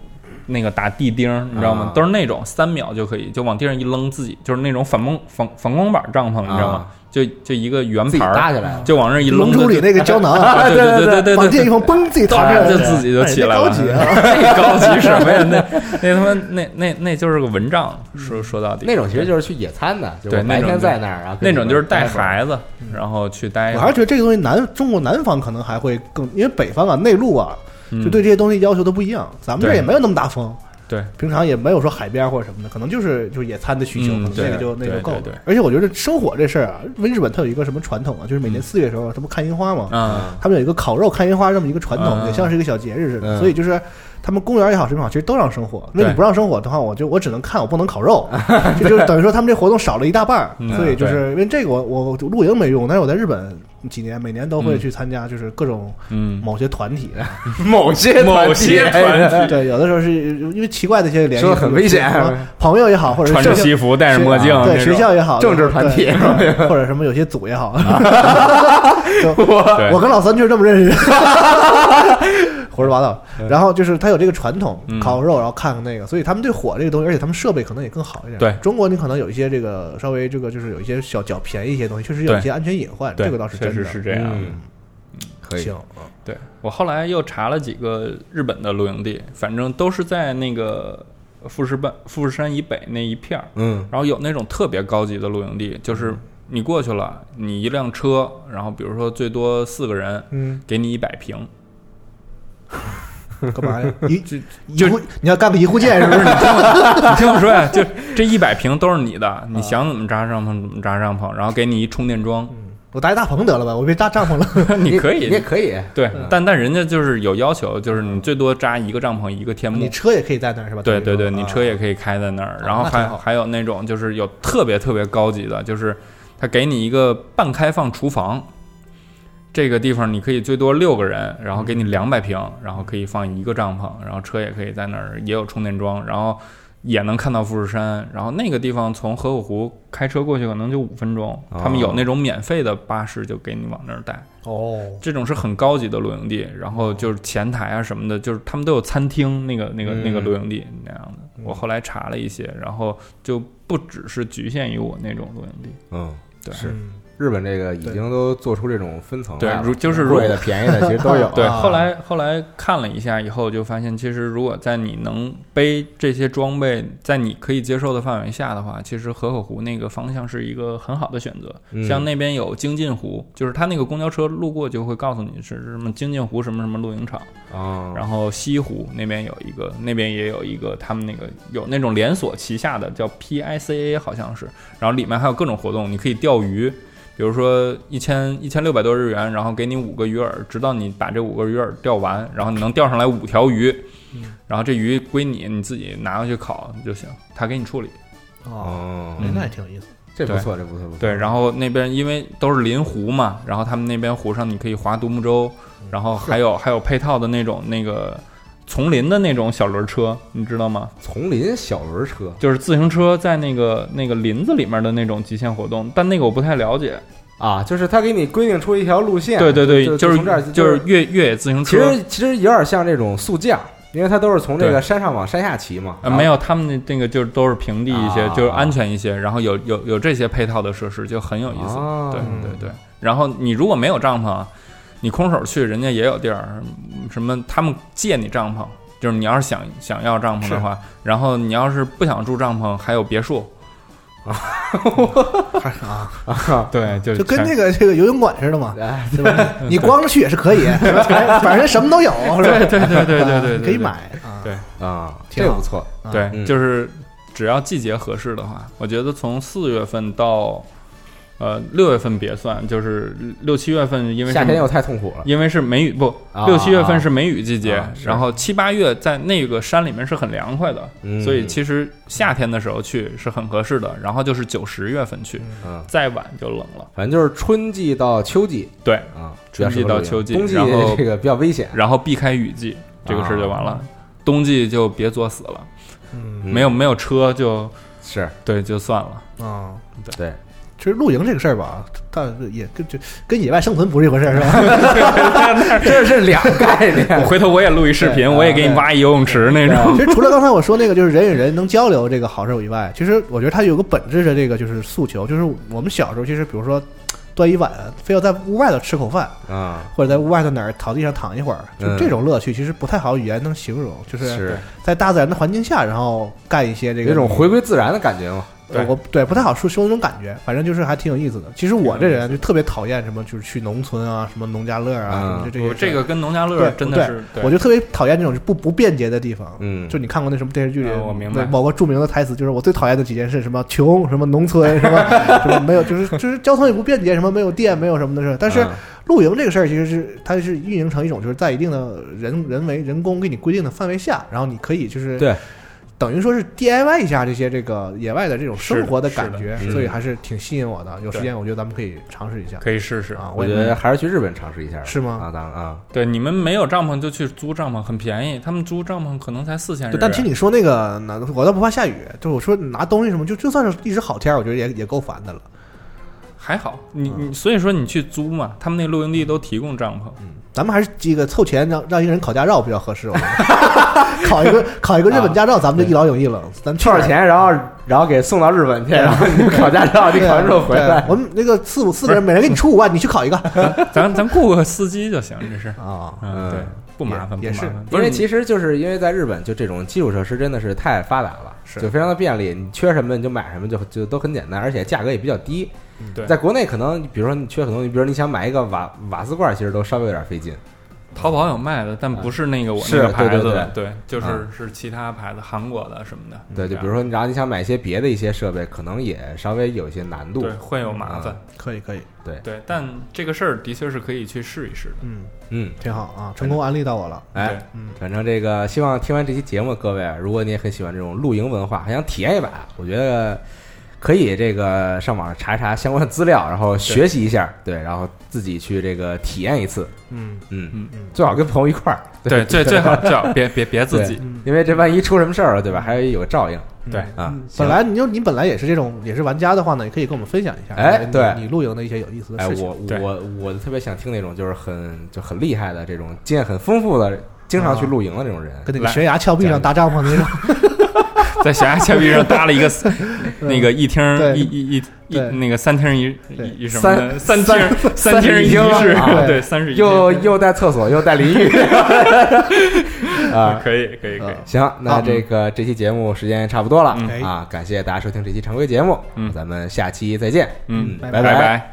那个打地钉儿，你知道
啊？
吗都是那种三秒就可以就往地上一扔，自己就是那种反光反反光板帐篷，你知道吗
啊？
就就一个圆
自己
盘
搭
儿，嗯
起来了，
就往那儿一扔
龙
就，
珠里那个胶囊，
对对 对对对
往
对
地上一放，嘣，自己
当
弹出来了，
然就自己就起来
哎这
了，
高级啊！
那高级什么呀？那那他妈那那那就是个蚊帐，说说到底
那种其实就是去野餐的，就
对
我白
那种
天
就
在那儿，然后
那种就是带
孩
孩子，然后去待一
我
会
还
儿。
是觉得这个东西南中国南方可能还会更，因为北方啊内陆啊，
嗯
就对这些东西要求都不一样。咱们这儿
对
也没有那么大风，
对，
平常也没有说海边或者什么的，可能就是就是野餐的需求，
嗯
可能那个
对
就那个
对
就够了。
对对
而且我觉得生火这事儿啊，因为日本它有一个什么传统啊，就是每年
嗯
四月的时候，它不看樱花吗？
啊，
他们有一个烤肉看樱花这么一个传统，
嗯
也像是一个小节日似的。
嗯
所以就是他们公园也好，什么也好，其实都让生火。那你
对
不让生火的话，我就我只能看，我不能烤 肉，这就是等于说他们这活动少了一大半儿。
嗯
所以就是因为这个我，我露营没用，但是我在日本几年，每年都会去参加，就是各种
嗯，
某些团 体。
子，某些
某些
团
团体
对，有的时候是因为奇怪的一些联系，
说得很危险
什么朋友也好，或者
穿
是
着
学
西服，戴着墨镜，
对
这
学
种
校也好，
政治团体
对对或者什么有些组也好，
对
我跟老三就是这么 认识，胡说八道。然后就是他有这个传统，
嗯
烤肉，然后看看那个，所以他们对火这个东西，而且他们设备可能也更好一点。
对
中国你可能有一些这个稍微这个就是有一些小较便宜一些东西，确实有一些安全隐患，
对啊
这个倒是
确
真
实
的。
是这
这
样。
样，可以
行，
对我后来又查了几个日本的露营地，反正都是在那个富士半富士山以北那一片儿，
嗯
然后有那种特别高级的露营地，就是你过去了，你一辆车，然后比如说最多四个人，
嗯，
给你一百平，
干嘛 呀？一一
就
户你要干个一户建是 不是？
你听我 说呀，就这一百平都是你
啊
的，你想怎么扎帐篷怎么扎帐篷，然后给你一充电桩，
嗯我搭一大棚得了吧，我别搭帐篷了。
你可
你也
以。
可以，
对，但但人家就是有要求，就是你最多扎一个帐篷一个天幕
你，车也可以在那儿是吧？
嗯对对对，你车
也
也可以开在那儿，然后
那挺
还
好
还有那种就是有特别特别高级的，就是他给你一个半开放厨房，这个地方你可以最多六个人，然后给
嗯
你两百平，然后可以放一个帐篷，然后车也可以在那儿，也有充电桩，然后也能看到富士山，然后那个地方从河口湖开车过去可能就五分钟，他们有那种免费的巴士就给你往那儿带，
哦，
这种是很高级的露营地，然后就是前台啊什么的，就是他们都有餐厅，那个那个
嗯
那个露营地那样的。我后来查了一些，然后就不只是局限于我那种露营地，
嗯，
对
是
嗯
日本这个已经都做出这种分层来
对
了，
如就是如
贵的、便宜的，其实都有
。对。
啊
后来后来看了一下以后，就发现其实如果在你能背这些装备，在你可以接受的范围下的话，其实河口湖那个方向是一个很好的选择。
嗯
像那边有精进湖，就是它那个公交车路过就会告诉你是什么精进湖什么什么露营场。
啊，
然后西湖那边有一个，那边也有一个，他们那个有那种连锁旗下的叫 PICA 好像是，然后里面还有各种活动，你可以钓鱼，比如说一千一千六百多日元，然后给你五个鱼饵，直到你把这五个鱼饵钓完，然后你能钓上来五条鱼，然后这鱼归你，你自己拿回去烤就行，他给你处理。嗯
哦，
哦，
哎那也挺有意思。
这不错，这不错，不错
对，然后那边因为都是临湖嘛，然后他们那边湖上你可以划独木舟，然后还有还有配套的那种那个丛林的那种小轮车，你知道吗？
丛林小轮车，
就是自行车在那个那个林子里面的那种极限活动，但那个我不太了解。
啊，就是他给你规定出一条路线，
对对对，
啊就是从这儿
就是越越野自行
其
车。
实其实有点像这种速降，因为它都是从这个山上往山下骑嘛。
呃，没有，他们那那个就是都是平地一些，
啊
就是安全一些，然后有有有这些配套的设施，就很有意思。
啊
对对对，然后你如果没有帐篷，你空手去，人家也有地儿，嗯什么他们借你帐篷，就是你要是想想要帐篷的话，然后你要是不想住帐篷，还有别墅。
还是啊，
对，就
就跟
全
那个这个游泳馆似的嘛，
哎
对吧？你光着去也是可以，反反正什么都有，是吧？
对对对对对对，对
可以。买啊。
对
啊，
挺
这
好
个不错，
啊
对，
嗯
就是只要季节合适的话，我觉得从四月份到呃六月份别算，就是六七月份，因为是
夏天又太痛苦了。
因为是梅雨不
啊
六七月份是梅雨季节，
啊是
然后七八月在那个山里面是很凉快的，
嗯
所以其实夏天的时候去是很合适的。然后就是九十月份去，
嗯，
再晚就冷了。
反正就是春季到秋季
对，
啊，主要
春
是
季到秋季
冬季
然后
这个比较危险，
然后避开雨季，这个事儿就完了。冬季就别作死了，
嗯
啊嗯
没有没有车就是对就 算了。
啊。
对，
其实露营这个事儿吧，它也跟就跟野外生存不是一回事儿，是吧？
这是两概
我
念。
回头我也录一视频，我
啊
也给你挖一游泳池那种。
其实除了刚才我说那个，就是人与人能交流这个好事儿以外，其实我觉得它有个本质的这个就是诉求，就是我们小时候其实比如说端一碗，非要在屋外头吃口饭，
啊，
或者在屋外头哪儿草地上躺一会儿，就
嗯
这种乐趣其实不太好语言能形容，就是
是
在大自然的环境下，然后干一些这个
有一种回归自然的感觉嘛。
对
我对不太好说说那种感觉，反正就是还挺有意思的。其实我这人就特别讨厌什么，就是去农村啊，什么农家乐啊，
嗯
什么就这
我
些
这
事儿
个跟农家乐
对
真的是，对
我就特别讨厌这种不不便捷的地方。
嗯，
就你看过那什么电视剧里，
嗯我明白
那某个著名的台词，就是我最讨厌的几件事，什么穷，什么农村，什么什么没有，就是就是交通也不便捷，什么没有电，没有什么的事儿。但是
嗯
露营这个事儿，其实是它是运营成一种，就是在一定的人人为人工给你规定的范围下，然后你可以就是
对
等于说是 DIY 一下这些这个野外的这种
是
生
的
活的
是的嗯
感觉
是，的
所以还是挺吸引我的。有时
对
间，我觉得咱们可以尝试一下。
可以试试。
啊，
我
我
觉
也
得还是去日本尝试一下吧，
是吗
啊，当然啊，
对，你们没有帐篷就去租帐篷，很便宜。他们租帐篷可能才四千日
对，
元。
但听你说那个，那我倒不怕下雨，就是我说拿东西什么，就就算是一直好天儿，我觉得也也够烦的了。
还好，你你所以说你去租嘛，他们那露营地都提供帐篷。
咱们还是这个凑钱让让一个人考驾照比较合适，我觉得 考一个考一个日本驾照，咱们就一劳永逸了。咱们去
多
哪
少
儿？
钱？然后然后给送到日本去，然后你考 驾照，你
对
考完之后回
对
来。
我们那个四五四个人，每人给你出五万，你去考一个
咱 咱雇个司机就行，这是。
啊。
嗯，对，不麻烦，
也
不麻
也
烦。不
因
是
为
你
其实就是因为在日本，就这种基础设施真的是太发达了，
是
就非常的便利，你缺什么你就买什么就，就都很简单，而且价格也比较低。
对
在国内可能比如说你缺很多东西，比如说你想买一个瓦瓦斯罐，其实都稍微有点费劲。
淘宝有卖的，但不是那个我
是
那个牌子
对对
的，对，就是是其他牌子，韩国的什么的。啊
对，就比如说，然后你想买一些别的一些设备，可能也稍微有一些难度
对，。会有麻烦。
可以可以，
对，
对，但这个事儿的确是可以去试一试的。
嗯，
嗯，
挺好啊，成功安利到我了。嗯
哎
对，
反正这个希望听完这期节目，各位啊如果你也很喜欢这种露营文化，还想体验一把，我觉得可以这个上网查一查相关的资料，然后学习一下，对，然后自己去这个体验一次，
嗯，
嗯
嗯
嗯
最好跟朋友一块儿，
对，最最好最好别别别自己。
因为这万一出什么事儿了，对
嗯
吧？还有有个照应
对，
啊。
本
行
来你就你本来也是这种也是玩家的话呢，也可以跟我们分享一下，
哎
你
对
你露营的一些有意思的
哎，
事情。
我
对
我我特别想听那种就是很就很厉害的这种经验很丰富的，经常去露营的这种人，
啊跟那个
来
悬崖峭壁上搭帐篷 那种，
在悬崖峭壁上搭了一个 那个一厅
对
一一一一
对
那个三厅一
对
一一什么的三厅
三
三厅
三室
一
一
室
厅
啊，
对，三室一厅
又又带厕所又带淋 浴 啊，
可以可以可以，
行，那
好
这个这期节目时间差不多了
嗯
哎
啊，感谢大家收听这期常规节目
嗯，
咱们下期再见，
嗯，
拜
拜
拜。